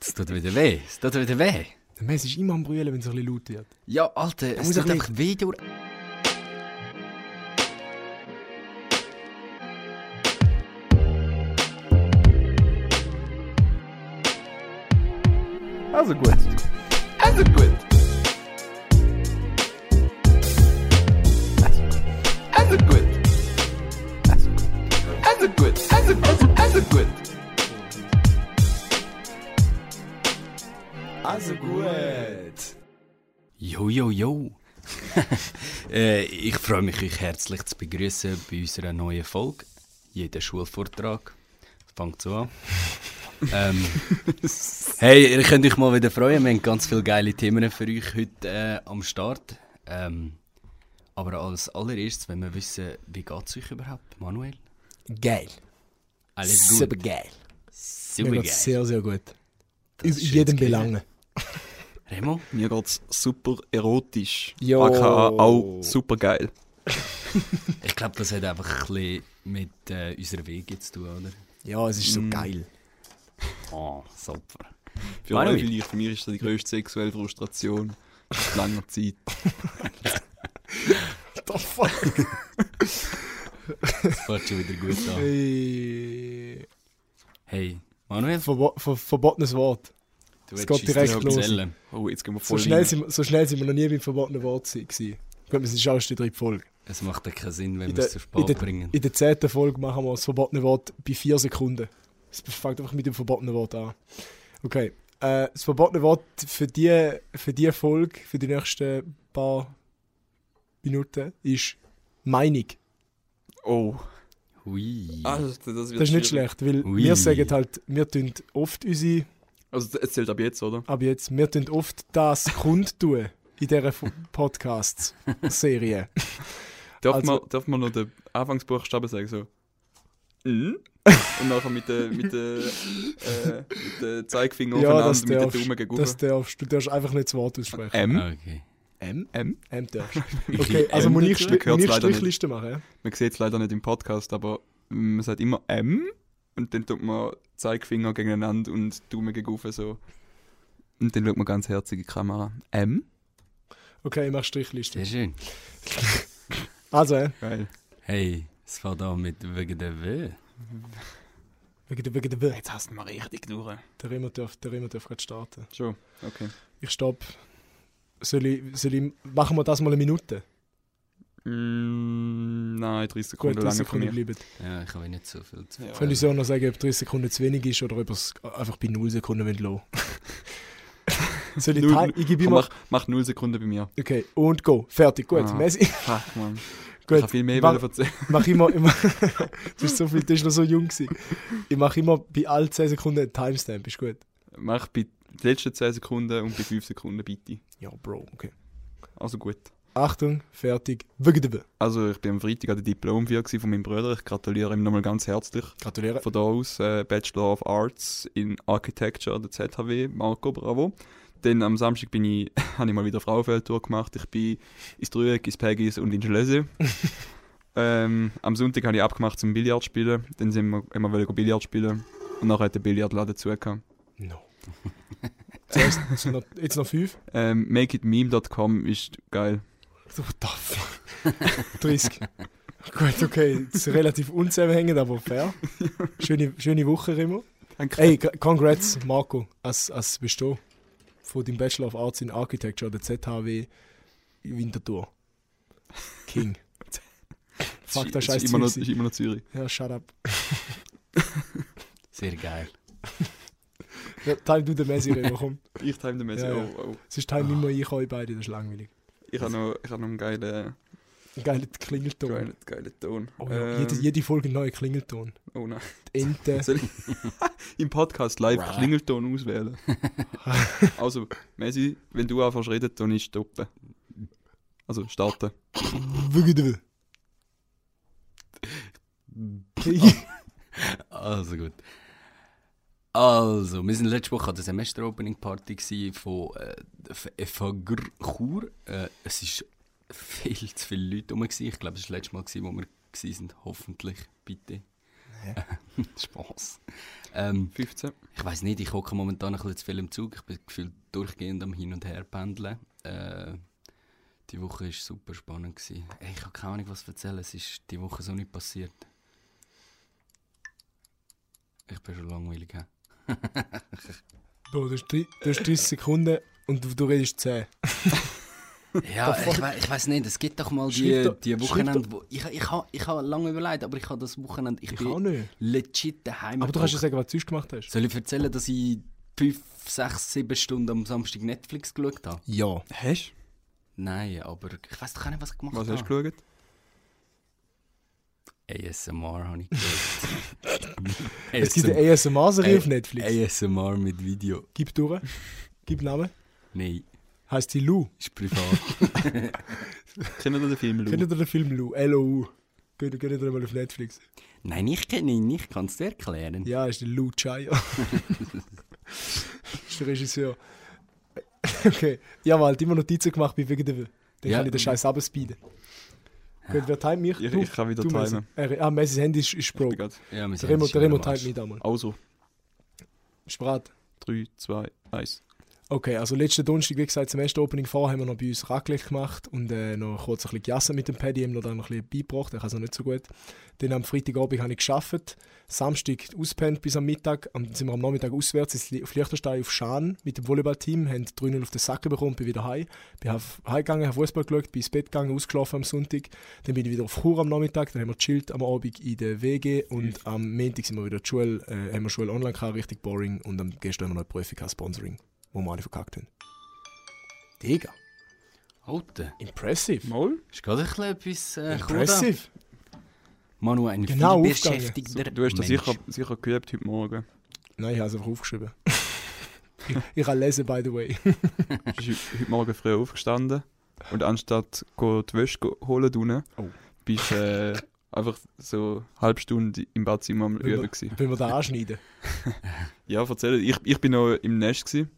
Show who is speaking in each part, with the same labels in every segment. Speaker 1: Es tut wieder weh. Es tut wieder weh.
Speaker 2: Der Mess ist immer am Brüllen, wenn es ein bisschen laut wird.
Speaker 1: Ja, Alter, es
Speaker 2: muss
Speaker 1: tut
Speaker 2: ich
Speaker 1: einfach weh durch.
Speaker 3: Also gut. Also gut. Also gut. Also gut. Also gut. Also gut. Also gut.
Speaker 1: Jo, jo, jo. äh, ich freue mich, euch herzlich zu begrüßen bei unserer neuen Folge. Jeder Schulvortrag. Fangt so an. ähm, hey, ihr könnt euch mal wieder freuen. Wir haben ganz viele geile Themen für euch heute äh, am Start. Ähm, aber als allererstes, wenn wir wissen, wie geht es euch überhaupt, Manuel?
Speaker 2: Geil.
Speaker 1: Alles gut.
Speaker 2: Super geil. Mir
Speaker 1: Super
Speaker 2: geht's sehr, sehr gut.
Speaker 1: Das
Speaker 2: In
Speaker 1: ist schön
Speaker 2: jedem
Speaker 1: zu hören.
Speaker 2: Belangen.
Speaker 1: Remo?
Speaker 3: Mir geht's super erotisch.
Speaker 2: Jo.
Speaker 3: AKA auch super geil.
Speaker 1: Ich glaube, das hat einfach ein bisschen mit äh, unserer Wege zu tun, oder?
Speaker 2: Ja, es ist
Speaker 1: Mm.
Speaker 2: so geil.
Speaker 1: Oh, super.
Speaker 3: Für
Speaker 1: Manuel.
Speaker 3: alle vielleicht, für mich ist das die grösste sexuelle Frustration seit langer Zeit.
Speaker 2: The fuck?
Speaker 1: Das fährt schon wieder gut an.
Speaker 2: Hey.
Speaker 1: Hey, Manuel,
Speaker 2: Verbo ver verbotenes Wort.
Speaker 1: du
Speaker 2: es
Speaker 1: willst
Speaker 2: geht direkt
Speaker 1: uns
Speaker 2: los.
Speaker 1: erzählen.
Speaker 3: Oh, jetzt gehen wir
Speaker 2: So
Speaker 3: voll
Speaker 2: schnell,
Speaker 3: rein.
Speaker 2: sind, wir- so schnell sind wir noch nie beim verbotenen Wort gewesen. Gut, wir sind schon erst in der dritten Folge.
Speaker 1: Es macht ja keinen Sinn, wenn
Speaker 2: In
Speaker 1: wir
Speaker 2: der,
Speaker 1: es zu
Speaker 2: in,
Speaker 1: spät
Speaker 2: der,
Speaker 1: bringen.
Speaker 2: in der zehnten Folge machen wir das verbotene Wort bei vier Sekunden. Es fängt einfach mit dem verbotenen Wort an. Okay. Äh, das verbotene Wort für die, für die Folge, für die nächsten paar Minuten, ist Meinung.
Speaker 3: Oh.
Speaker 1: Hui.
Speaker 2: Ah.
Speaker 3: Alter, das wird
Speaker 2: Also, Das ist nicht
Speaker 3: schwierig.
Speaker 2: schlecht, weil
Speaker 1: Ui.
Speaker 2: wir sagen halt, wir tun oft unsere,
Speaker 3: Also, es zählt ab jetzt, oder?
Speaker 2: aber jetzt, wir tun oft das kundtun in dieser F- Podcast-Serie.
Speaker 3: Darf,
Speaker 2: Also-
Speaker 3: man, darf man noch den Anfangsbuchstaben sagen? So. Mhm.
Speaker 2: Hm?
Speaker 3: Und nachher mit dem mit der, äh, mit der Zeigefinger
Speaker 2: ja,
Speaker 3: aufeinander
Speaker 2: das
Speaker 3: und mit dem
Speaker 2: darfst,
Speaker 3: Daumen gegen
Speaker 2: das
Speaker 3: oben.
Speaker 2: darfst du. darfst einfach nicht das Wort aussprechen.
Speaker 3: M?
Speaker 1: Okay.
Speaker 3: M? M?
Speaker 2: Ähm, darfst.
Speaker 1: Ich
Speaker 2: Okay, also
Speaker 3: Äh. M
Speaker 2: muss ich,
Speaker 3: dazu?
Speaker 2: Stri-
Speaker 3: Gehört's
Speaker 2: muss ich
Speaker 3: leider nicht.
Speaker 2: Strichliste machen? ja?
Speaker 3: Man sieht es leider nicht im Podcast, aber man sagt immer M und dann tut man Zeigefinger gegeneinander und Daumen gegen oben so. Und dann schaut man ganz herzig in die Kamera. M?
Speaker 2: Okay, ich mache
Speaker 1: Sehr
Speaker 2: Strichliste.
Speaker 1: schön.
Speaker 2: Also, äh,
Speaker 3: Geil.
Speaker 1: Hey, es fängt an mit wegen der W.
Speaker 2: wegen der, wegen der Will.
Speaker 3: Jetzt hast du mal richtig durch.
Speaker 2: Der Remo darf, der Remo darf gerade starten.
Speaker 3: Schon, okay.
Speaker 2: Ich stopp. Soll ich, soll ich, machen wir das mal eine Minute?
Speaker 3: Mm, nein, 30 Sekunden
Speaker 2: Gut,
Speaker 3: lange
Speaker 2: 30
Speaker 3: von
Speaker 2: Sekunden
Speaker 3: mir.
Speaker 2: bleiben.
Speaker 1: Ja, ich habe nicht so viel zu
Speaker 3: Ja.
Speaker 2: Könnte ich so noch sagen, ob 30 Sekunden zu wenig ist oder ob es einfach bei 0 Sekunden wollen lassen Soll ich,
Speaker 3: Null-
Speaker 2: teilen? ich gebe
Speaker 3: Komm,
Speaker 2: immer...
Speaker 3: mach, mach 0 Sekunden bei mir.
Speaker 2: Okay, und go. Fertig, gut.
Speaker 3: Ah.
Speaker 2: Messi.
Speaker 3: Fuck, Mann. Ich
Speaker 2: Gut.
Speaker 3: kann viel mehr
Speaker 2: Mach-
Speaker 3: wollen erzählen.
Speaker 2: mach immer, immer du bist so viel, du bist noch so jung gewesen. Ich mache immer bei all 10 Sekunden einen Timestamp, ist gut.
Speaker 3: Mach bei den letzten 10 Sekunden und bei 5 Sekunden bitte.
Speaker 2: Ja, Bro, okay.
Speaker 3: Also gut.
Speaker 2: Achtung, fertig, wegdebe.
Speaker 3: Also ich bin am Freitag an der Diplomfeier gewesen von meinem Bruder. Ich gratuliere ihm nochmal ganz herzlich.
Speaker 2: Gratuliere.
Speaker 3: Von da aus äh, Bachelor of Arts in Architecture an der ZHW. Marco, bravo. Dann am Samstag bin ich, habe ich mal wieder Frauenfeldtour gemacht. Ich bin ins Drüeck, ins Pegis und in Schlöse. ähm, am Sonntag habe ich abgemacht zum Billard spielen. Dann sind wir, haben wir wollen Billard spielen. Und nachher hat der Billardladen zugehört.
Speaker 2: No. Zuerst, jetzt noch- jetzt noch 5.
Speaker 3: Ähm, makeitmeme.com ist geil.
Speaker 2: What the fuck? 30. Gut, okay, das ist relativ unzusammenhängend, aber fair. Schöne, schöne Woche, Remo.
Speaker 3: Danke.
Speaker 2: Ey, g- congrats, Marco, als, als bist du von deinem Bachelor of Arts in Architecture an der ZHW Winterthur. King. Fuck, das
Speaker 3: ist
Speaker 2: scheiß
Speaker 3: immer, noch,
Speaker 2: Zürich.
Speaker 3: ist immer noch Zürich.
Speaker 2: Ja, shut up.
Speaker 1: Sehr geil.
Speaker 2: Ja, teil du den Messi, Remo, komm.
Speaker 3: Ich time the message.
Speaker 2: Ja, ja.
Speaker 3: Oh, oh.
Speaker 2: Sonst teilen immer ich euch beide, das ist langweilig.
Speaker 3: Ich habe noch, ich hab noch einen geilen,
Speaker 2: Geiler Klingelton.
Speaker 3: geilen, geilen Ton.
Speaker 2: Oh, ja.
Speaker 3: Ähm,
Speaker 2: jede, jede Folge ein neuer Klingelton.
Speaker 3: oh nein.
Speaker 2: Die Ente.
Speaker 3: Soll ich im Podcast live
Speaker 1: Rah.
Speaker 3: Klingelton auswählen? also, Messi, wenn du anfängst zu reden, dann ist stoppen. Also starten.
Speaker 2: Wügedel.
Speaker 1: Also gut. Also, wir sind letzte Woche an der Semester-Opening-Party gewesen von äh, von Gr- Chur. Äh, es war viel zu viele Leute rum. gewesen. Ich glaube, es war das letzte Mal, gewesen, wo wir gewesen sind. Hoffentlich, bitte. Spaß. Ähm,
Speaker 3: 15.
Speaker 1: ich weiß nicht, ich hocke momentan ein bisschen zu viel im Zug. Ich bin gefühlt durchgehend am Hin- und Her pendeln. Äh, die Woche war super spannend. Gewesen. Ey, ich habe keine Ahnung, was erzählen. Es ist die Woche so nicht passiert. Ich bin schon langweilig. hä?
Speaker 2: Bro, du hast drei- du hast 30 Sekunden und du, du redest 10.
Speaker 1: Ja, ich, we ich weiß nicht, es gibt doch mal die,
Speaker 2: Schreib doch-
Speaker 1: die
Speaker 2: schreib
Speaker 1: Wochenende, wo... Ich, ich habe ich ha lange überlegt, aber ich habe das Wochenende... Ich,
Speaker 2: Ich
Speaker 1: bin
Speaker 2: auch nicht.
Speaker 1: legit daheim.
Speaker 2: Aber du kannst ja
Speaker 1: gehockt.
Speaker 2: sagen, was du sonst gemacht hast.
Speaker 1: Soll ich erzählen, dass ich 5, 6, 7 Stunden am Samstag Netflix geschaut habe?
Speaker 2: Ja.
Speaker 3: Hast du?
Speaker 1: Nein, aber ich weiß doch auch nicht, was ich gemacht
Speaker 3: Was
Speaker 1: habe.
Speaker 3: hast du geschaut?
Speaker 1: ASMR habe ich geschaut.
Speaker 2: Es Äh, gibt eine ASMR-Serie
Speaker 1: Ey,
Speaker 2: auf Netflix.
Speaker 1: ASMR mit Video.
Speaker 2: Gib durch. Gib Namen.
Speaker 1: Nein,
Speaker 2: Heißt die Lou.
Speaker 1: ist privat.
Speaker 3: Kennen wir den Film
Speaker 2: Kennt ihr
Speaker 3: Lou?
Speaker 2: den Film Lou? L-O-U. Geht geht ihr mal auf Netflix.
Speaker 1: Nein, ich kenne ihn nicht, kann es dir erklären.
Speaker 2: Ja, ist der Lou Chaya. ist der Regisseur. Okay. Ja, weil immer Notizen gemacht bin wegen dem. Dann
Speaker 1: Ja.
Speaker 2: kann ich den Scheiß abspeeden. Gut, wer timet mich?
Speaker 3: Ich,
Speaker 2: Du?
Speaker 3: ich kann wieder
Speaker 2: Du, Messi.
Speaker 3: timen.
Speaker 2: Äh, ah, Messis Handy ist, ist
Speaker 3: Ich
Speaker 2: broke.
Speaker 3: bin grad-
Speaker 1: Ja, wir
Speaker 2: Der Remo,
Speaker 1: schnell
Speaker 2: der Remo
Speaker 1: am Arsch.
Speaker 2: teilt mich damals.
Speaker 3: Also,
Speaker 2: Sprat.
Speaker 3: 3, 2, 1.
Speaker 2: Okay, also letzten Donnerstag, wie gesagt, Semesteropening vor, haben wir noch bei uns Raclette gemacht und äh, noch kurz ein bisschen gegessen mit dem Paddy, haben wir dann noch ein bisschen beigebracht, der kann es noch nicht so gut. Dann am Freitagabend habe ich geschafft, Samstag auspennt bis am Mittag, am, dann sind wir am Nachmittag auswärts ins Li- auf Liechtenstein auf Schaan mit dem Volleyballteam, haben 3-0 auf den Sack bekommen, bin wieder heim, bin auf- heimgegangen, habe Fußball geschaut, bin ins Bett gegangen, ausgeschlafen am Sonntag, dann bin ich wieder auf Chur am Nachmittag, dann haben wir gechillt am Abend in der WG und am Montag sind wir wieder in die Schule, äh, haben wir Schule online gehabt, richtig boring und am gestern haben wir noch eine Prüfung gehabt, Sponsoring wo wir alle verkackt haben. Digga,
Speaker 1: Alter,
Speaker 2: impressive.
Speaker 3: Mal?
Speaker 1: ist gerade ein bisschen etwas... Äh, gekommen
Speaker 2: Impressive.
Speaker 1: da? Manu, ein
Speaker 2: Genau
Speaker 1: viel
Speaker 2: aufgegangen.
Speaker 1: beschäftigter
Speaker 3: Du hast das
Speaker 1: Mensch.
Speaker 3: sicher, sicher geübt heute Morgen.
Speaker 2: Nein, ich habe es einfach aufgeschrieben. ich, ich kann lesen, by the way.
Speaker 3: Du bist hü- heute Morgen früh aufgestanden und anstatt go die Wäsche go- holen tun,
Speaker 2: Oh.
Speaker 3: bist äh, einfach so eine halbe Stunde im Badzimmer am
Speaker 2: Über-
Speaker 3: Üben gewesen.
Speaker 2: Wenn wir da anschneiden.
Speaker 3: Ja, erzähl. Ich, ich bin noch im Nest gewesen.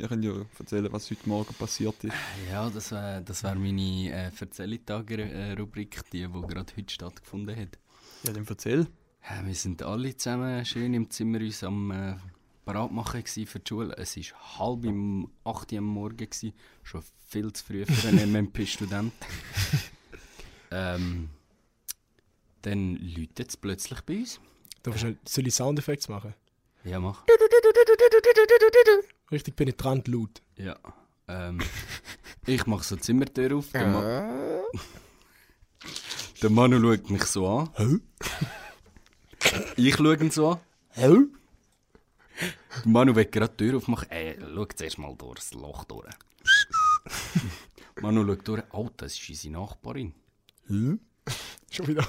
Speaker 3: Ihr könnt ja erzählen, was heute Morgen passiert ist.
Speaker 1: Ja, das wäre das wär meine äh, Verzählitager-Rubrik, die, die gerade heute stattgefunden hat.
Speaker 3: Ja, dann erzähl.
Speaker 1: Äh, Wir sind alle zusammen schön im Zimmer uns am äh, bereit machen gsi für die Schule. Es war halb im 8 Uhr am Morgen, gsi, schon viel zu früh für einen MMP-Student. ähm, dann läutet es plötzlich bei uns.
Speaker 2: Darf ich schnell- halt, Soll ich Soundeffekte machen?
Speaker 1: Ja, mach.
Speaker 2: Richtig penetrant laut.
Speaker 1: Ja. Ähm, ich mache so die Zimmertür auf. Der, Ma der Manu schaut mich so an.
Speaker 2: Hä?
Speaker 1: Ich schaue ihn so an.
Speaker 2: Hä?
Speaker 1: Der Manu will gerade die Tür aufmachen. Ey, schau zuerst mal durch das Loch durch. Manu schaut durch. Oh, das ist unsere Nachbarin.
Speaker 2: Hä? Schon wieder.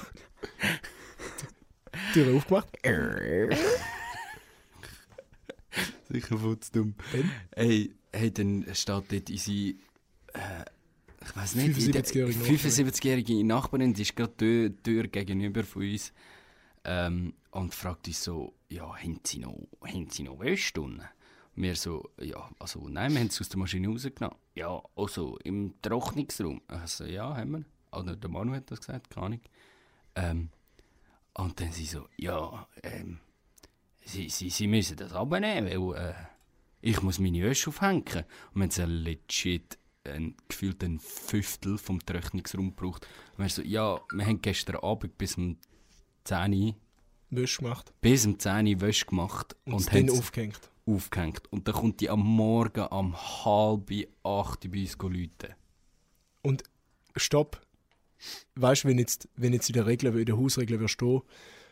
Speaker 2: Tür aufgemacht.
Speaker 1: Sicher wird's dumm. Ey, hey, dann steht dort unsere. Äh, ich weiß nicht,
Speaker 2: 75-jährige Nachbarin.
Speaker 1: 75-jährige Nachbarin, die ist gerade die Tür gegenüber von uns. Ähm, und fragt uns so: Ja, haben Sie noch, haben Sie noch Wäschstunden? Wir so: Ja, also nein, wir haben es aus der Maschine rausgenommen. Ja, also im Trocknungsraum. Also ja, haben wir. Oder der Manu hat das gesagt, keine Ahnung. Ähm, und dann sie so: Ja, ähm, sie, sie, sie müssen das abnehmen, weil. Äh, ich muss meine Wäsche aufhängen. Und wir haben so legit ein, gefühlt ein Fünftel vom Trocknungsraum gebraucht. Und wir so, ja, wir haben gestern Abend bis um 10 Uhr,
Speaker 2: Wäsche gemacht.
Speaker 1: bis um 10 Uhr Wäsche gemacht und,
Speaker 2: Und,
Speaker 1: und haben
Speaker 2: dann
Speaker 1: es
Speaker 2: aufgehängt.
Speaker 1: aufgehängt. Und dann kommt die am Morgen um halb acht Uhr bei uns läuten.
Speaker 2: Und stopp. Weißt du, wenn jetzt, wenn jetzt in der Regel, in der Hausregel würde stehen,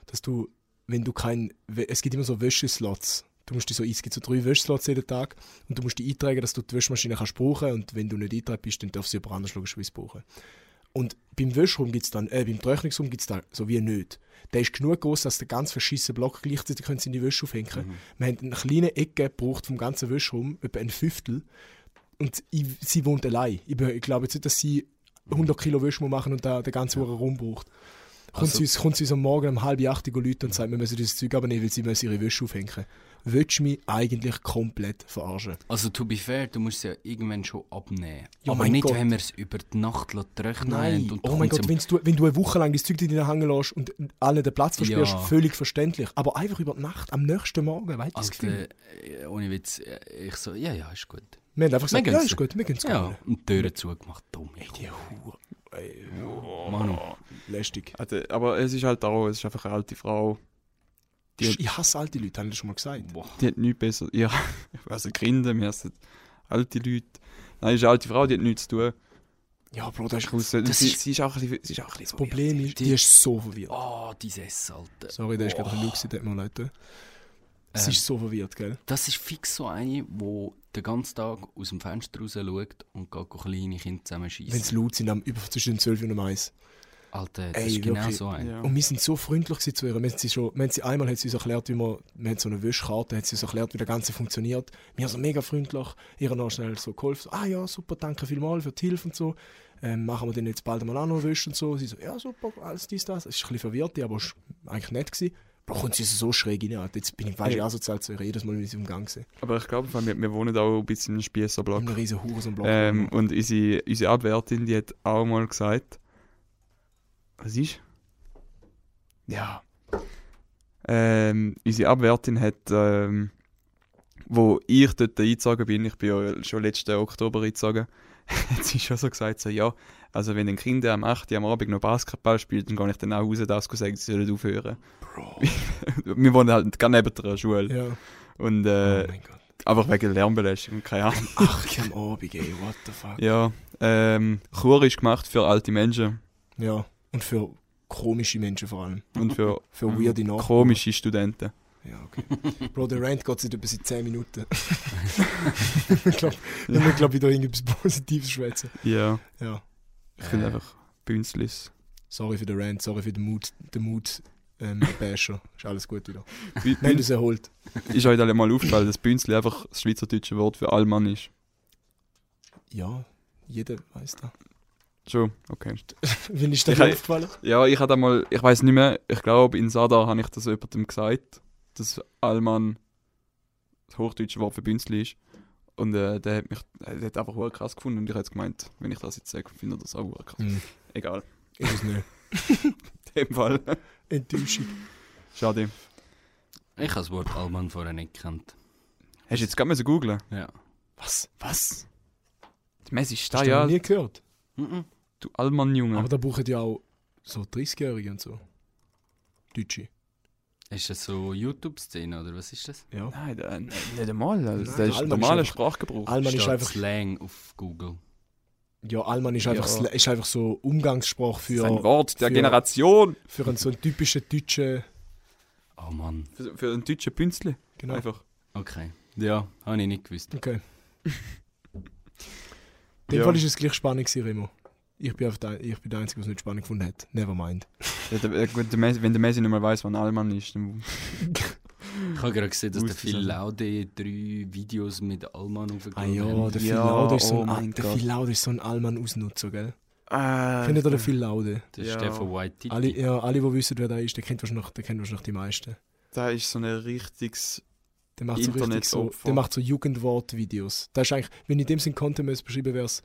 Speaker 2: dass du, wenn du kein, es gibt immer so Wäscheslots. Du musst die so, es gibt so drei Wäscheslots jeden Tag und du musst die eintragen, dass du die Wäschemaschine kannst brauchen und wenn du nicht eintragen bist, dann darfst du jemand anders logischerweise brauchen. Und beim Wäschraum gibt es dann, äh, beim Trocknungsraum gibt es da so wie nicht. Der ist genug groß, dass der ganze verschissene Block gleichzeitig können sie in die Wäsche aufhängen. Wir haben eine kleine Ecke gebraucht vom ganzen Wäschraum, etwa ein Fünftel. Und ich, sie wohnt allein. Ich, be- ich glaube jetzt nicht, dass sie 100 Kilo Wäsche muss machen und da den ganzen Huren rumbraucht. Kommt
Speaker 1: Also-
Speaker 2: zu uns, kommt zu uns am Morgen um halb acht Uhr Leute und sagt, wir müssen dieses Zeug abnehmen, weil sie müssen ihre Wäsche aufhängen. Willst du mich eigentlich komplett verarschen?
Speaker 1: Also, to be fair, du musst es ja irgendwann schon abnehmen.
Speaker 2: Ja,
Speaker 1: Aber
Speaker 2: mein
Speaker 1: nicht,
Speaker 2: Gott.
Speaker 1: wenn wir es über die Nacht durchrechnen haben
Speaker 2: Nein,
Speaker 1: und
Speaker 2: oh mein
Speaker 1: kommt's
Speaker 2: Gott, wenn du, wenn du eine Woche lang das Zeug in deinen Hängen lässt und allen den Platz verspürst,
Speaker 1: Ja.
Speaker 2: völlig verständlich. Aber einfach über die Nacht, am nächsten Morgen, weißt du
Speaker 1: Also,
Speaker 2: das Gefühl?
Speaker 1: äh, ohne Witz, äh, ich so, ja, ja, ist gut.
Speaker 2: Wir haben einfach gesagt,
Speaker 1: Wir
Speaker 2: ja,
Speaker 1: gönnen's
Speaker 2: ist gut, wir gehen es
Speaker 1: Ja, und die Türen zugemacht, dumm. Ey,
Speaker 2: Die Hure. Ey,
Speaker 3: Oh.
Speaker 1: Manu.
Speaker 2: lästig.
Speaker 3: Also, aber es ist halt auch, es ist einfach eine alte Frau. Die-
Speaker 2: Ich hasse alte Leute, habe ich das schon mal gesagt.
Speaker 1: Boah.
Speaker 3: Die hat nichts besser. Ja, also Kinder, wir sind alte Leute. Nein, ist eine alte Frau, die hat nichts zu tun.
Speaker 2: Ja, Bro, das ist
Speaker 3: Das sie,
Speaker 1: Das ist-
Speaker 3: sie ist auch ein bisschen, sie ist auch ein bisschen
Speaker 2: Das Problem ist, die ist so verwirrt.
Speaker 1: Oh, dieses Alte.
Speaker 2: Sorry, der ist gerade ein
Speaker 1: Oh.
Speaker 2: Luxi, der hat mir leid. getan. Es
Speaker 1: Ähm.
Speaker 2: ist so verwirrt, gell?
Speaker 1: Das ist fix so eine, die den ganzen Tag aus dem Fenster raus schaut und geht kleine Kinder
Speaker 2: Wenn es
Speaker 1: zusammenschießen.
Speaker 2: laut sind, am über zwischen den 12 und dem 1.
Speaker 1: Alter, das
Speaker 2: Ey,
Speaker 1: ist genau
Speaker 2: wirklich.
Speaker 1: so eine.
Speaker 3: Ja.
Speaker 2: Und wir sind so freundlich gewesen zu ihr. Wir haben sie schon, wir haben sie einmal hat sie uns erklärt, wie man, wir haben so eine Wäschkarte, hat sie uns erklärt, wie das Ganze funktioniert. Wir haben so mega freundlich, ihr noch schnell so geholfen. So, ah ja, super, danke vielmals für die Hilfe und so. Ähm, machen wir den jetzt bald mal auch noch Wäsche und so. Sie so, ja super, alles dies, das. Es ist ein bisschen verwirrt, aber es war eigentlich nett gewesen. Bro, kommt sie so schräg rein, Alter. Jetzt bin ich weißt,
Speaker 3: Ey.
Speaker 2: du, asozial zu ihr, jedes Mal, wenn ich sie umgang sehe.
Speaker 3: Aber ich glaube, wir, wir wohnen auch ein bisschen im Spießerblock.
Speaker 2: Immer riesen Hure so ein Block.
Speaker 3: Ähm, und unsere, unsere Abwärtin, die hat auch mal gesagt, was ist? Ja. Ähm, unsere Abwärtin hat, ähm, wo ich dort eingezogen bin, ich bin ja schon letzten Oktober eingezogen, hat sie schon so gesagt, so, ja, also wenn ein Kind am 8. Uhr am Abend noch Basketball spielt, dann gehe ich dann auch raus, das sagen, sie sollen aufhören.
Speaker 2: Bro.
Speaker 3: Wir wohnen halt ganz neben der Schule.
Speaker 2: Ja.
Speaker 3: Und
Speaker 2: oh
Speaker 3: äh,
Speaker 2: mein Gott.
Speaker 3: einfach wegen Lärmbelästigung, keine Ahnung.
Speaker 2: Ach, am Abend, ey, what the fuck.
Speaker 3: Ja, ähm, Chur ist gemacht für alte Menschen
Speaker 2: Ja, und für komische Menschen vor allem.
Speaker 3: und für
Speaker 2: Für
Speaker 3: Mhm.
Speaker 2: weirde Nachbarn.
Speaker 3: komische Studenten.
Speaker 2: Ja, okay. Bro, der Rant geht seit etwa seit 10 Minuten. ich glaube, ich glaub, wieder irgendwas Positives schwätzen.
Speaker 3: Ja,
Speaker 2: Ja.
Speaker 3: ich finde
Speaker 1: Äh.
Speaker 3: einfach Bünzlis.
Speaker 2: Sorry für den Rant, sorry für den Mut, den Mut ähm, Basher. Ist alles gut wieder. Wir haben uns erholt.
Speaker 3: ist euch alle mal aufgefallen, dass Bünzli einfach das schweizerdeutsche Wort für Allmann ist?
Speaker 2: Ja, jeder weiß das.
Speaker 3: Schon, okay.
Speaker 2: Wenn ist dir
Speaker 3: Ich-
Speaker 2: aufgefallen?
Speaker 3: Ja, ich hatte mal, ich weiß nicht mehr, ich glaube in Sadar habe ich das jemandem gesagt, dass Allmann das hochdeutsche Wort für Bünzli ist. Und äh, der hat mich der hat einfach verdammt krass gefunden und ich habe jetzt gemeint, wenn ich das jetzt sage, finde ich das auch verdammt krass.
Speaker 2: Hm,
Speaker 3: Egal,
Speaker 2: ist es nicht.
Speaker 3: in dem Fall.
Speaker 2: Enttäuschung.
Speaker 3: Schade.
Speaker 1: Ich habe das Wort Alman vorher nicht gekannt.
Speaker 3: Hast du jetzt gerade googeln?
Speaker 1: Ja.
Speaker 2: Was?
Speaker 3: Was? Die Messi ist da,
Speaker 2: Hast du noch
Speaker 3: ja.
Speaker 2: nie gehört?
Speaker 1: Mhm.
Speaker 3: Du Allmann-Junge.
Speaker 2: Aber da brauchen ja auch so 30-Jährige und so. Deutsche.
Speaker 1: Ist das so YouTube-Szene oder was ist das?
Speaker 2: Ja.
Speaker 3: Nein, da- nein, nicht einmal. Also,
Speaker 2: Nein,
Speaker 3: das ist
Speaker 2: Allmann
Speaker 3: normaler
Speaker 2: ist
Speaker 3: Sprachgebrauch.
Speaker 2: Allmann ist
Speaker 1: Steht
Speaker 2: einfach
Speaker 1: Slang auf Google.
Speaker 2: Ja, Allmann ist
Speaker 3: Ja.
Speaker 2: einfach, Sla- ist einfach so Umgangssprache
Speaker 3: das ist ein
Speaker 2: für,
Speaker 3: Wort der
Speaker 2: für-
Speaker 3: Generation.
Speaker 2: für einen, so einen typischen deutschen.
Speaker 1: Oh Mann.
Speaker 3: Für, für einen deutschen Pünzli.
Speaker 2: Genau.
Speaker 3: Einfach.
Speaker 1: Okay. Ja, habe ich nicht gewusst.
Speaker 2: Okay. In dem
Speaker 3: Ja.
Speaker 2: Fall ist es gleich spannend, gewesen, Remo. Ich bin, einfach der, ich bin der Einzige, der es nicht spannend gefunden hat. Never mind.
Speaker 3: Ja, der, der, der Messi, wenn der Messi nicht mehr weiß, wann Allmann ist, dann.
Speaker 1: Ich habe gerade gesehen, dass der
Speaker 3: Hm. Wusste
Speaker 1: Phil
Speaker 3: ich nicht.
Speaker 1: Laude drei Videos mit Alman
Speaker 2: Ah
Speaker 1: aufgeladen
Speaker 2: ja,
Speaker 1: hat.
Speaker 2: der
Speaker 3: Ja,
Speaker 2: Phil Laude ist so
Speaker 3: oh
Speaker 2: ein,
Speaker 3: mein
Speaker 2: der
Speaker 3: Gott.
Speaker 2: Phil Laude ist so ein Allmann-Ausnutzer, gell?
Speaker 3: Äh,
Speaker 2: Findet ihr den Phil Laude?
Speaker 1: Das ist
Speaker 3: Ja.
Speaker 1: der von White Titty.
Speaker 2: Alle, ja, alle, die wissen, wer der ist, der kennt wahrscheinlich, der kennt wahrscheinlich die meisten.
Speaker 3: Da ist so ein richtiges.
Speaker 2: Der macht so richtig so,
Speaker 3: Internetopfer.
Speaker 2: der macht so Jugendwort-Videos. Das ist eigentlich, wenn ich dem Sinn Content müsste beschreiben wäre es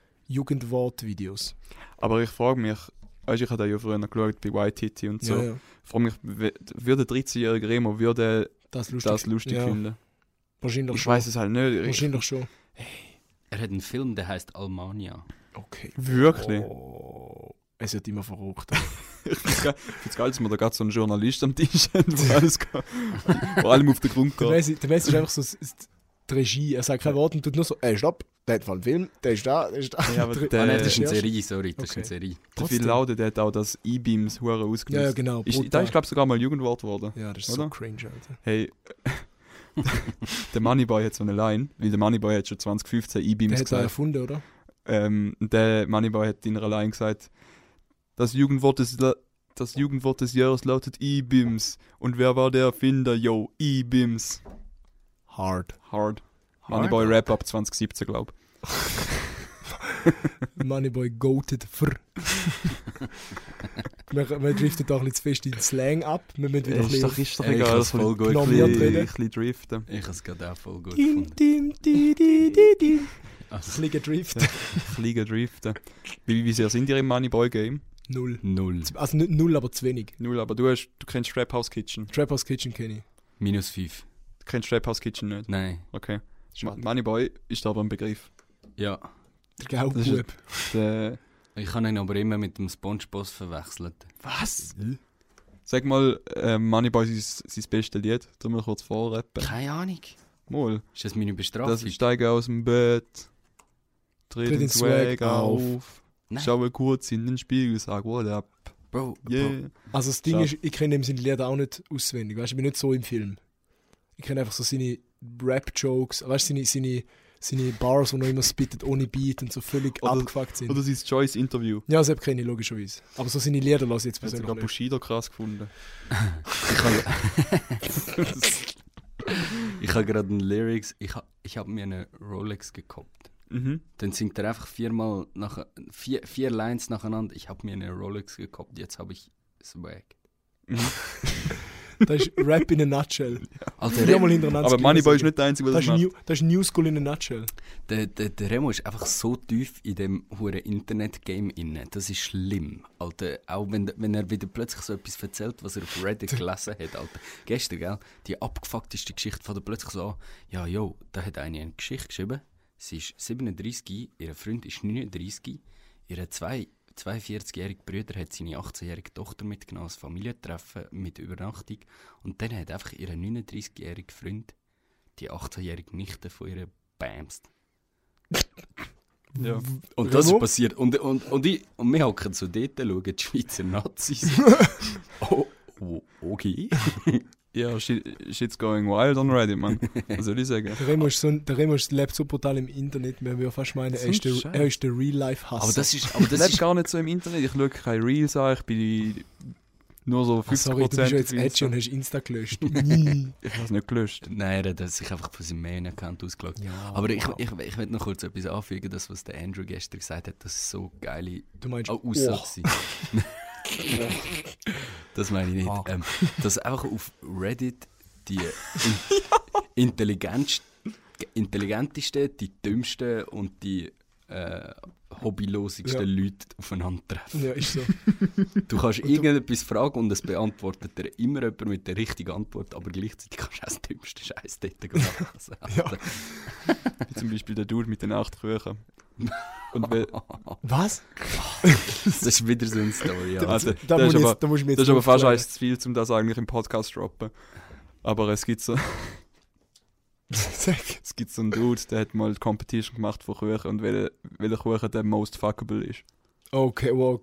Speaker 2: Jugendwort-Videos.
Speaker 3: Aber ich frage mich, weißt, du, ich habe ja früher noch geschaut bei White Titty und so.
Speaker 2: Ja, ja.
Speaker 3: Ich frage mich, w- würde der 13-jährige Remo würde
Speaker 2: Das ist lustig.
Speaker 3: das lustig
Speaker 2: Ja,
Speaker 3: finden?
Speaker 2: Wahrscheinlich
Speaker 3: Ich
Speaker 2: schon.
Speaker 3: weiß es halt nicht. Ich,
Speaker 2: Wahrscheinlich schon.
Speaker 1: Er hat einen Film, der heißt Almania.
Speaker 2: Okay.
Speaker 3: wirklich. Oh
Speaker 2: Oh, es wird immer verrückt.
Speaker 3: Ich finde es geil, dass wir da gerade so einen Journalist am Tisch haben, wo alles geht. Vor allem auf den Grund
Speaker 2: der
Speaker 3: geht.
Speaker 2: Messi, der Messi ist einfach so s- s- die Regie. Er sagt kein Wort und tut nur so, ey, stopp, der hat einen Film, der ist da, der ist da.
Speaker 3: Äh, Ja, aber
Speaker 2: Dr-
Speaker 3: der-
Speaker 1: ah,
Speaker 2: Ah,
Speaker 1: nein, das
Speaker 2: das
Speaker 1: ist eine
Speaker 2: erst-
Speaker 1: Serie, sorry. Das
Speaker 2: Okay.
Speaker 1: ist eine Serie.
Speaker 3: Der
Speaker 2: Trotzdem.
Speaker 3: Phil Laude, der hat auch das E-Beams hure
Speaker 2: Ja, ja,
Speaker 3: ausgenutzt.
Speaker 2: genau.
Speaker 3: ist, da ist, glaube ich, sogar mal Jugendwort geworden.
Speaker 2: ja, das ist so
Speaker 3: oder?
Speaker 2: cringe, Alter.
Speaker 3: Hey, der Moneyboy hat so eine Line, weil der Moneyboy hat schon 2015
Speaker 2: Der
Speaker 3: E-Beams
Speaker 2: hat er
Speaker 3: gesagt.
Speaker 2: erfunden, oder?
Speaker 3: Ähm, und der Moneyboy hat in einer Line gesagt, das Jugendwort des, La- das Jugendwort des Jahres lautet E-Beams. Und wer war der Erfinder? Yo, E-Beams.
Speaker 2: Hard.
Speaker 3: Hard. Moneyboy Wrap-Up 2017, glaube
Speaker 2: Moneyboy goated fr. wir, wir driften da ein bisschen zu fest in den Slang ab. Wir müssen wieder ein
Speaker 3: Ist doch,
Speaker 2: bisschen...
Speaker 3: ist doch
Speaker 1: Ey, ich
Speaker 3: egal,
Speaker 1: hab's
Speaker 3: dass wir
Speaker 1: voll
Speaker 3: ein
Speaker 1: gut
Speaker 2: genommen
Speaker 1: gefunden.
Speaker 2: wird,
Speaker 3: bisschen,
Speaker 2: reden.
Speaker 3: ein bisschen driften.
Speaker 1: Ich habe es gerade auch voll gut
Speaker 2: Dim,
Speaker 1: gefunden.
Speaker 2: dim, di, di, di, di. Ein
Speaker 3: Ah.
Speaker 1: Also,
Speaker 2: bisschen gedriftet.
Speaker 3: Fliegen driften. Wie, wie sehr sind ihr im Moneyboy Game?
Speaker 2: Null.
Speaker 1: null.
Speaker 2: Also nicht null, aber zu wenig.
Speaker 3: Null, aber du, hast, du kennst Trap House Kitchen.
Speaker 2: Trap House Kitchen kenne ich.
Speaker 1: Minus fünf.
Speaker 3: Du kennst Trap House Kitchen nicht.
Speaker 1: Nein.
Speaker 3: Okay. Ma- Moneyboy ist aber ein Begriff.
Speaker 1: Ja.
Speaker 2: Der
Speaker 3: Das ist-
Speaker 2: Gaubub.
Speaker 3: Der,
Speaker 1: Ich habe ihn aber immer mit dem Spongeboss verwechselt.
Speaker 3: was? Sag mal, äh, Moneyboy ist sein bestes Lied. Tu mal kurz vorrappen.
Speaker 1: Keine Ahnung.
Speaker 3: Mal.
Speaker 1: Ist das meine Bestrafung?
Speaker 3: Das ist Steigen aus dem Bett. Dreh den Swag auf.
Speaker 1: Nein.
Speaker 3: Schau kurz in den Spiegel, sag what up.
Speaker 1: Bro, Bro.
Speaker 3: Yeah.
Speaker 2: Also das Ding
Speaker 3: Schade.
Speaker 2: ist, ich kenne ihm seine Lieder auch nicht auswendig. Weißt du, ich bin nicht so im Film. Ich kenne einfach so seine Rap-Jokes, weißt du, seine, seine, seine Bars, die er immer spittet ohne Beat und so völlig
Speaker 3: Oder-
Speaker 2: abgefuckt sind.
Speaker 3: Oder sein Choice-Interview.
Speaker 2: ja, das kenne ich logischerweise. Aber so seine Lieder lasse ich jetzt
Speaker 3: Hat
Speaker 2: persönlich
Speaker 3: sogar
Speaker 2: nicht.
Speaker 3: Bushido krass gefunden.
Speaker 1: Ich habe gerade einen Lyrics. Ich, ha, ich habe mir eine Rolex gekauft.
Speaker 3: Mhm.
Speaker 1: Dann singt er einfach viermal nach, vier, vier Lines nacheinander. Ich habe mir eine Rolex gekauft. Jetzt habe ich Swag.
Speaker 2: Das ist Rap in a Nutshell.
Speaker 1: Alter,
Speaker 2: Viermal
Speaker 1: Remo,
Speaker 2: hintereinander.
Speaker 3: Aber
Speaker 2: das
Speaker 3: Moneyboy ist
Speaker 2: Gleiche.
Speaker 3: nicht der Einzige, der
Speaker 2: genau Das
Speaker 3: das
Speaker 2: ist,
Speaker 3: macht.
Speaker 2: New, das ist New School in a Nutshell.
Speaker 1: der, der, der Remo ist einfach so tief in dem hure Internet-Game inne. Das ist schlimm. Alter, auch wenn, der- wenn er wieder plötzlich so etwas erzählt, was er auf Reddit gelesen hat. Alter. Gestern, gell? Die abgefuckteste Geschichte von der plötzlich so. Ja, jo, da hat eine eine Geschichte geschrieben. Sie ist 37, ihr Freund ist 39, ihre zwei 42-jährige Brüder hat seine 18-jährige Tochter mitgenommen als Familientreffen mit Übernachtung und dann hat einfach ihr 39-jährige Freund die 18-jährige Nichte von ihr bamst.
Speaker 3: Ja.
Speaker 1: Und das ist
Speaker 2: Remo?
Speaker 1: passiert. Und, und, und, ich, und wir hocken so dort, schauen die Schweizer Nazis. oh, oh, okay.
Speaker 3: ja, shit, shit's going wild on Reddit, man. Was soll ich sagen?
Speaker 2: Der Remo ist, so ein, der Remo ist lebt so brutal im Internet, man würde fast meinen, er
Speaker 3: So
Speaker 2: ist der,
Speaker 3: ein Scheiß.
Speaker 2: er ist der Real-Life-Hasser.
Speaker 1: Aber das ist, aber
Speaker 3: Ich
Speaker 1: das
Speaker 3: lebe
Speaker 1: ist,
Speaker 3: gar nicht so im Internet. Ich schaue keine Reels an. Ich bin nur so 50%
Speaker 2: Ah, Sorry, du bist ja jetzt
Speaker 3: auf
Speaker 2: edgy
Speaker 3: Insta.
Speaker 2: und hast Insta gelöscht. Nie.
Speaker 3: Ich habe es nicht gelöscht.
Speaker 1: nein, er hat sich einfach von seinem Main-Account ausgelockt.
Speaker 2: ja,
Speaker 1: Aber ich,
Speaker 2: wow.
Speaker 1: ich, ich will noch kurz etwas anfügen, das, was der Andrew gestern gesagt hat, das ist so geile
Speaker 2: du meinst,
Speaker 1: oh, Aussage.
Speaker 2: oh.
Speaker 1: gewesen. das meine ich nicht.
Speaker 2: Ah.
Speaker 1: Ähm, dass einfach auf Reddit die in intelligentst- intelligentesten, die dümmsten und die äh, hobbylosigsten Leute aufeinandertreffen.
Speaker 2: Ja, ist so.
Speaker 1: Du kannst
Speaker 2: Und du-
Speaker 1: irgendetwas fragen und es beantwortet dir immer jemand mit der richtigen Antwort, aber gleichzeitig kannst du auch das dümmste Scheiß dort lesen. Also,
Speaker 2: Ja.
Speaker 1: Alter.
Speaker 3: Wie zum Beispiel der Dude mit den acht Kröchen. Und we-
Speaker 2: Was?
Speaker 1: Das ist wieder so eine Story.
Speaker 3: Da-
Speaker 1: Ja.
Speaker 3: Also,
Speaker 2: da, muss
Speaker 3: ist
Speaker 2: ich
Speaker 3: aber-
Speaker 2: jetzt, da muss ich mir jetzt
Speaker 3: das ist aber fast
Speaker 2: aufklären.
Speaker 3: eins zu viel, um das eigentlich im Podcast zu droppen. Aber es gibt so,
Speaker 2: Sag.
Speaker 3: es gibt so einen Dude, der hat mal die Competition gemacht von Kuchen und welcher welcher Kuchen der most fuckable ist.
Speaker 2: Okay, wow.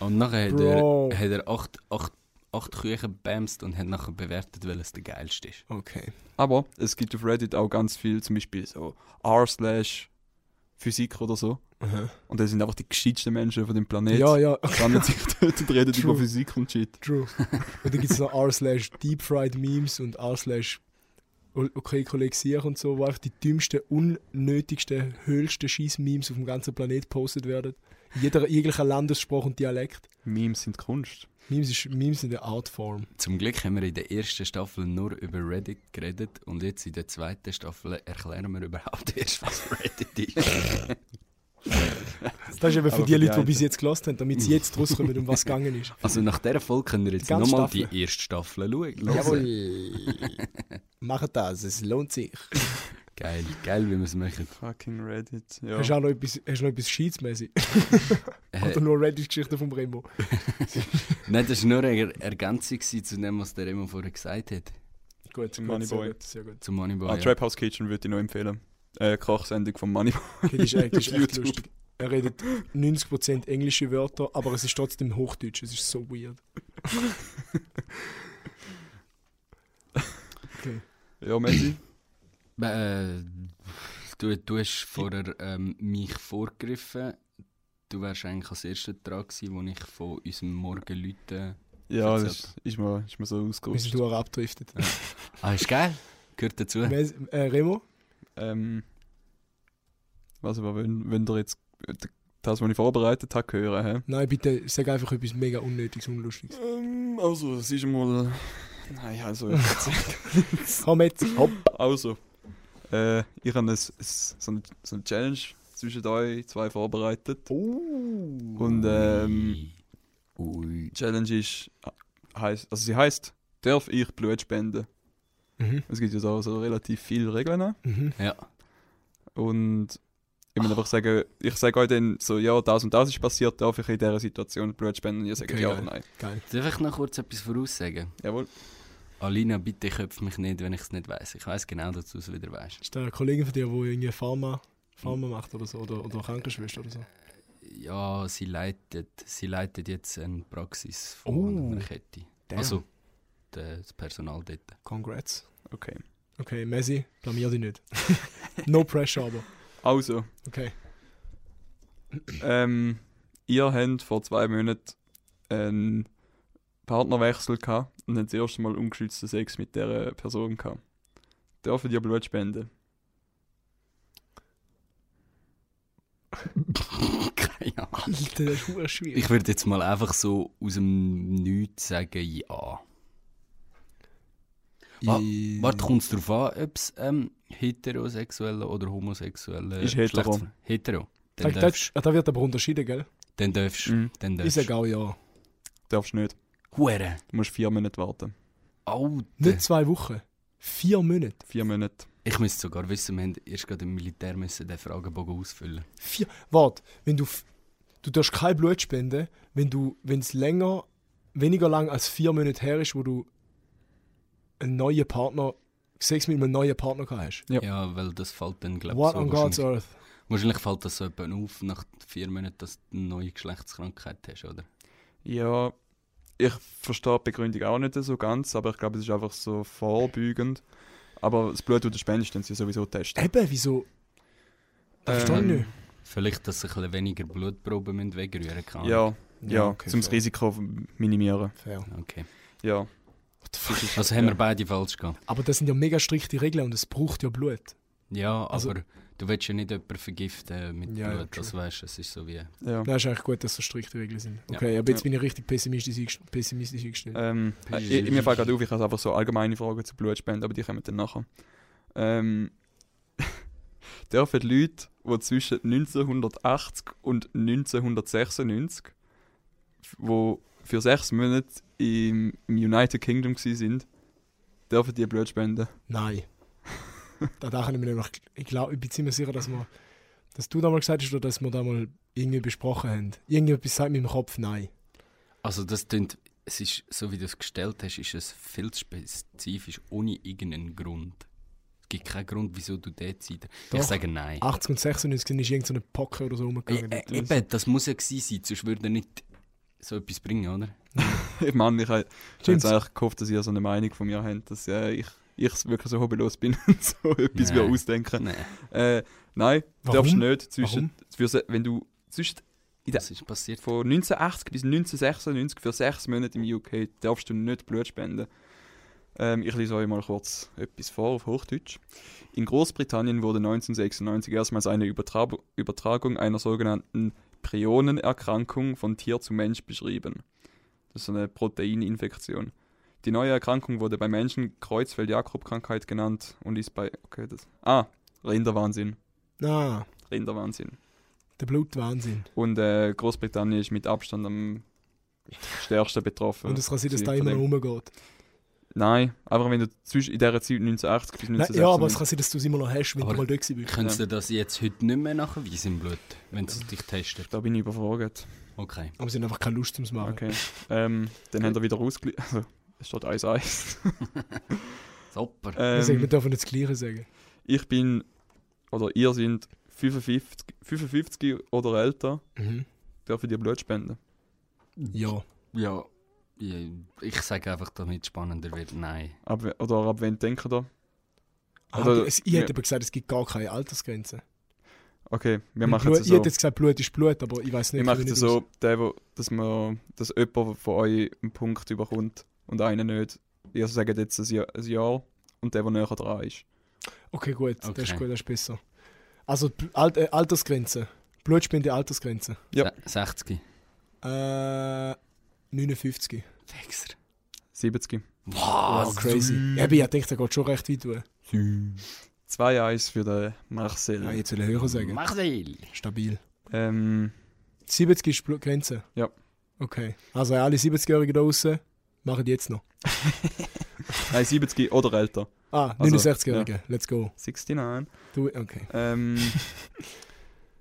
Speaker 1: Und nachher hat
Speaker 2: Bro.
Speaker 1: er, hat er acht, acht, acht Küchen gebämst und hat nachher bewertet, welches der geilste ist.
Speaker 2: Okay.
Speaker 3: Aber es gibt auf Reddit auch ganz viel, zum Beispiel so r slash Physik oder so.
Speaker 2: Aha.
Speaker 3: Und das sind einfach die gescheitsten Menschen von dem Planeten.
Speaker 2: Ja, ja,
Speaker 3: Die Sammeln sich dort und reden
Speaker 2: True.
Speaker 3: über Physik und Shit.
Speaker 2: true. Und dann gibt es noch r slash deep fried memes und r slash okay, Kollege Sieg und so, wo einfach die dümmsten, unnötigsten, höhlsten Scheiß-Memes auf dem ganzen Planet gepostet werden. Jeder jeglicher Landessprache und Dialekt.
Speaker 3: Memes sind Kunst.
Speaker 2: Memes, ist, Memes sind eine Artform.
Speaker 1: Zum Glück haben wir in der ersten Staffel nur über Reddit geredet und jetzt in der zweiten Staffel erklären wir überhaupt erst, was Reddit ist.
Speaker 2: Das ist eben für die
Speaker 3: Aber für die
Speaker 2: Leute, die bis
Speaker 3: einen.
Speaker 2: jetzt gelassen haben, damit sie jetzt rauskommen, um was gegangen ist.
Speaker 1: Also nach dieser Folge können wir jetzt
Speaker 2: Die ganze
Speaker 1: nochmal die
Speaker 2: Staffel.
Speaker 1: erste Staffel schauen. hören.
Speaker 2: Jawohl. Macht das, es lohnt sich.
Speaker 1: Geil, geil, wie wir es machen.
Speaker 3: Fucking Reddit. Ja.
Speaker 2: Hast du auch noch etwas, hast du noch etwas Scheidsmäßig? Oder
Speaker 1: Äh,
Speaker 2: nur Reddit-Geschichten vom Remo?
Speaker 1: nein, das war nur eine Er- Ergänzung gewesen zu dem, was der Remo vorher gesagt hat.
Speaker 2: Gut,
Speaker 3: Zum
Speaker 2: gut, sehr
Speaker 3: Moneyboy.
Speaker 2: gut, sehr gut.
Speaker 1: Zum Moneyboy.
Speaker 3: Ah,
Speaker 1: ja.
Speaker 3: Trap House Kitchen würde ich noch empfehlen. Äh, Kochsendung von Money.
Speaker 2: Okay, das ist echt, das ist echt
Speaker 3: YouTube.
Speaker 2: lustig. Er redet 90% englische Wörter, aber es ist trotzdem Hochdeutsch. Es ist so weird. Okay.
Speaker 3: Ja, Messi.
Speaker 1: Äh, du, du hast vorher ähm, mich vorgegriffen. Du wärst eigentlich als erster dran gewesen, wo ich von unserem Morgen Leuten.
Speaker 3: ja,
Speaker 1: Erzähl.
Speaker 3: das ist mir, ist mir so
Speaker 2: Wir sind
Speaker 3: ausgerutscht.
Speaker 2: durch abgedriftet.
Speaker 1: Ah, ist geil. Gehört dazu.
Speaker 2: Mes- Äh, Remo?
Speaker 3: Ähm, was aber, wenn, wenn ihr jetzt das, was ich vorbereitet habe, hören. hä?
Speaker 2: Nein, bitte sag einfach etwas mega Unnötiges, Unlustiges.
Speaker 3: Ähm, also, es ist mal. Nein, also.
Speaker 2: Komm jetzt, hopp.
Speaker 3: also. Äh, ich habe ein, so, ein, so eine Challenge zwischen euch zwei vorbereitet.
Speaker 1: Oh.
Speaker 3: Und ähm,
Speaker 1: Ui.
Speaker 3: die Challenge ist. Heisst, also, sie heißt, darf ich Blut spenden?
Speaker 2: Mhm.
Speaker 3: Es gibt ja so, so relativ viele Regeln.
Speaker 2: Mhm.
Speaker 1: Ja.
Speaker 3: Und ich muss einfach sagen, ich sage euch dann so, ja, das und das ist passiert, darf ich in dieser Situation Blut spenden? Und ihr sagt
Speaker 2: Okay,
Speaker 3: ja
Speaker 2: geil.
Speaker 3: oder nein.
Speaker 2: Geil.
Speaker 1: Darf ich noch kurz etwas voraussagen?
Speaker 3: Jawohl.
Speaker 1: Alina, bitte köpf mich nicht, wenn ich es nicht weiß. Ich weiß genau, dass du es wieder weißt.
Speaker 2: Ist da ein Kollege von dir, der irgendwie Pharma, Pharma macht oder so? Oder, oder Krankenschwester oder so?
Speaker 1: Ja, sie leitet, sie leitet jetzt eine Praxis von
Speaker 2: Oh.
Speaker 1: einer Kette.
Speaker 2: Damn.
Speaker 1: Also, der- das Personal dort.
Speaker 2: Congrats.
Speaker 3: Okay.
Speaker 2: Okay, Messi, blamier dich nicht. no pressure aber.
Speaker 3: Also,
Speaker 2: Okay.
Speaker 3: ähm, ihr habt vor zwei Monaten einen Partnerwechsel gehabt und habt das erste Mal ungeschützten Sex mit dieser Person gehabt. Dürfen ihr Blut spenden?
Speaker 1: Keine Ahnung.
Speaker 2: Alter, das ist hure schwierig.
Speaker 1: Ich würde jetzt mal einfach so aus dem Nichts sagen, ja. Wa-
Speaker 2: Ich-
Speaker 1: Warte, kommt es darauf an, ob es ähm, heterosexuelle oder homosexuelle
Speaker 3: Ist hetero.
Speaker 1: Geschlechtsver- Hetero. Dann
Speaker 2: Sag,
Speaker 1: darfst
Speaker 2: das, ah, da wird aber unterschieden, gell?
Speaker 1: Dann darfst
Speaker 3: Mhm.
Speaker 1: Dann
Speaker 2: Ich
Speaker 1: darfst
Speaker 2: sag auch ja.
Speaker 3: Darfst nicht.
Speaker 1: Hure.
Speaker 3: Du musst vier Monate warten.
Speaker 1: Alter.
Speaker 2: Nicht zwei Wochen. Vier Monate.
Speaker 3: Vier Monate.
Speaker 1: Ich müsste sogar wissen, wir haben erst gerade im Militär müssen den Fragebogen ausfüllen.
Speaker 2: Vier. Warte, wenn du. f- Du darfst kein Blut spenden, wenn du, wenn es länger, weniger lang als vier Monate her ist, wo du einen neuen Partner, Sex mit einem neuen Partner gehabt hast.
Speaker 3: Ja.
Speaker 1: Ja, weil das fällt dann, glaube ich,
Speaker 2: What
Speaker 1: so
Speaker 2: on God's
Speaker 1: wahrscheinlich,
Speaker 2: Earth?
Speaker 1: wahrscheinlich fällt das so jemand auf, nach vier Monaten, dass du eine neue Geschlechtskrankheit hast, oder?
Speaker 3: Ja, ich verstehe die Begründung auch nicht so ganz, aber ich glaube, es ist einfach so vorbeugend. Aber das Blut, das du spendest, dann sie sowieso testen.
Speaker 2: Eben, wieso? Das verstehe ich
Speaker 3: Ähm,
Speaker 2: nicht.
Speaker 1: Vielleicht, dass ein bisschen weniger Blutproben müssen wegrühren kann.
Speaker 3: Ja, ja,
Speaker 2: okay,
Speaker 3: um das
Speaker 2: fair.
Speaker 3: Risiko zu minimieren.
Speaker 2: Fair.
Speaker 1: Okay.
Speaker 3: Ja.
Speaker 2: What the fuck?
Speaker 1: Also haben
Speaker 3: Ja.
Speaker 1: wir beide falsch gehabt.
Speaker 2: Aber das sind ja mega strikte Regeln und es braucht ja Blut.
Speaker 1: Ja,
Speaker 2: Also-
Speaker 1: aber du willst ja nicht jemanden vergiften mit
Speaker 2: Ja, ja,
Speaker 1: Blut, das
Speaker 2: true.
Speaker 1: weißt du, es ist so wie...
Speaker 3: ja.
Speaker 2: Nein, ist eigentlich gut, dass so strikte Regeln sind. Okay, aber jetzt
Speaker 3: Ja.
Speaker 2: bin ich richtig pessimistisch, eingest- pessimistisch eingestellt.
Speaker 3: Ähm, äh, ich- ich- mir fällt gerade auf, ich habe einfach so allgemeine Fragen zu Blutspenden, aber die kommen dann nachher. Ähm, dürfen die Leute, die zwischen 1980 und 1996, f- wo für sechs Monate im, im United Kingdom gsi sind, dürfen die Blut spenden?
Speaker 2: Nein. da dachte ich mir nämlich, ich glaube, ich bin ziemlich sicher, dass wir, dass du da mal gesagt hast oder dass wir da mal irgendwie besprochen haben. Irgendetwas sagt mir im Kopf nein.
Speaker 1: Also das klingt, es ist, so wie du es gestellt hast, ist es viel zu spezifisch, ohne irgendeinen Grund. Es gibt keinen Grund, wieso du dort sein
Speaker 2: Doch. Ah,
Speaker 1: Ich sage nein.
Speaker 2: 80 und 96 sind ist irgendeine Pocke oder so
Speaker 1: Ey,
Speaker 2: rumgegangen.
Speaker 1: äh, eben, das muss ja gewesen sein, sonst würde er nicht so etwas bringen, oder?
Speaker 3: Ich meine, ich habe
Speaker 2: James.
Speaker 3: jetzt eigentlich gehofft, dass ihr so eine Meinung von mir habt, dass äh, ich, ich wirklich so hobbylos bin und so etwas
Speaker 1: Nein.
Speaker 3: mir ausdenken.
Speaker 1: Nein,
Speaker 3: Äh, nein,
Speaker 2: Warum?
Speaker 3: darfst nicht. Zwischen, für, se- wenn du zwischen
Speaker 1: das ist passiert.
Speaker 3: von 1980 bis 1996 für sechs Monate im UK darfst du nicht Blut spenden. Ähm, ich lese euch mal kurz etwas vor auf Hochdeutsch. In Großbritannien wurde 1996 erstmals eine Übertra Übertragung einer sogenannten Prionenerkrankung von Tier zu Mensch beschrieben. Das ist eine Proteininfektion. Die neue Erkrankung wurde bei Menschen Kreuzfeld-Jakob-Krankheit genannt und ist bei. Okay, das. Ah, Rinderwahnsinn.
Speaker 2: Ah,
Speaker 3: Rinderwahnsinn.
Speaker 2: der Blutwahnsinn.
Speaker 3: Und äh, Großbritannien ist mit Abstand am stärksten betroffen.
Speaker 2: Und es kann sein, dass
Speaker 3: Sie
Speaker 2: da
Speaker 3: von
Speaker 2: immer
Speaker 3: dem-
Speaker 2: rumgeht.
Speaker 3: Nein, einfach wenn du zwischen in dieser Zeit 1980 bis
Speaker 2: Nein, ja, aber es
Speaker 3: 1996.
Speaker 2: kann sein, dass du es immer noch hast, wenn
Speaker 1: Aber-
Speaker 2: du mal dort gewesen bist.
Speaker 1: Könntest du das jetzt heute nicht mehr nachweisen im Blut, wenn sie dich testen?
Speaker 3: da bin ich überfragt.
Speaker 1: Okay.
Speaker 2: Aber sie haben einfach keine Lust zum Machen.
Speaker 3: Okay. ähm, dann haben wir wieder ausgeliefert. Also, es steht 1-1.
Speaker 1: Super.
Speaker 2: Wir sagen, wir
Speaker 3: ähm,
Speaker 2: dürfen nicht das Gleiche sagen.
Speaker 3: ich bin, oder ihr sind 55, 55 oder älter,
Speaker 2: Mhm.
Speaker 3: dürfen dir Blut spenden.
Speaker 2: Ja.
Speaker 1: Ja. ja, Ich sage einfach, damit es spannender wird. Nein.
Speaker 3: Ab, we- oder ab wann denken da?
Speaker 2: Aber
Speaker 3: Also,
Speaker 2: es, ich
Speaker 3: ja.
Speaker 2: hätte aber gesagt, es gibt gar keine Altersgrenze.
Speaker 3: Okay, wir
Speaker 2: Weil
Speaker 3: machen
Speaker 2: Blut,
Speaker 3: es
Speaker 2: Ich
Speaker 3: so.
Speaker 2: hätte jetzt gesagt, Blut ist Blut, aber ich weiß nicht.
Speaker 3: Wir
Speaker 2: ich kenne
Speaker 3: machen es
Speaker 2: mich
Speaker 3: so, der, wo, dass, man, dass jemand von euch einen Punkt überkommt und einer nicht. Ihr sagt jetzt ein Ja, ein ja und der, der näher dran ist.
Speaker 2: Okay, gut, das
Speaker 1: Okay.
Speaker 2: ist gut, das ist besser. Also P- Al- äh, Altersgrenze. Blutspende Altersgrenze.
Speaker 3: Ja.
Speaker 1: Se- 60.
Speaker 2: Äh, 59.
Speaker 1: Wechser.
Speaker 3: 70. Ah,
Speaker 1: Wow,
Speaker 2: crazy.
Speaker 1: du-
Speaker 2: Eben, ich denke, der geht schon recht weit. durch.
Speaker 3: 2-1 für den Marcel.
Speaker 2: Ja, jetzt will ich höher sagen.
Speaker 1: Marcel.
Speaker 2: Stabil.
Speaker 3: Ähm,
Speaker 2: 70 ist Blut- Grenze?
Speaker 3: Ja.
Speaker 2: Okay. Also alle 70-Jährigen da draußen machen die jetzt noch.
Speaker 3: nein, 70 oder älter.
Speaker 2: Ah,
Speaker 3: Also,
Speaker 2: 69-Jährige. Let's go.
Speaker 3: 69.
Speaker 2: Du, okay.
Speaker 3: Ähm,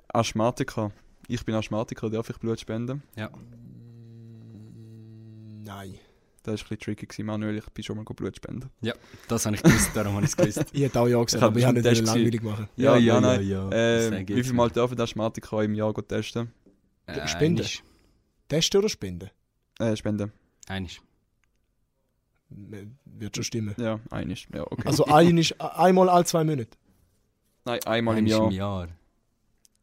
Speaker 3: Asthmatiker. Ich bin Asthmatiker, darf ich Blut spenden?
Speaker 1: Ja.
Speaker 2: Nein.
Speaker 3: Das war ein bisschen tricky, gewesen, Manuel. Ich bin schon mal Blut spenden.
Speaker 1: Das habe ich gewusst, darum habe ich es gewusst.
Speaker 2: Ich hätte auch ja gesagt,
Speaker 3: Ich hab
Speaker 2: aber ich habe
Speaker 3: bestimmt
Speaker 2: nicht wollen langweilig
Speaker 3: Test
Speaker 2: machen.
Speaker 3: Ja, ja, nein.
Speaker 1: ja.
Speaker 3: Ähm, wie viel Mal dürfen Asthmatiker im Jahr gut testen?
Speaker 1: Äh,
Speaker 2: Spenden?
Speaker 1: einisch.
Speaker 2: Testen oder spenden?
Speaker 3: Äh, spenden.
Speaker 1: Einisch.
Speaker 2: M- Wird schon stimmen.
Speaker 3: Ja, einig. Ja, okay.
Speaker 2: Also ein ist, einmal alle zwei Monate.
Speaker 3: nein, einmal im
Speaker 1: Einisch
Speaker 3: Jahr.
Speaker 1: im Jahr.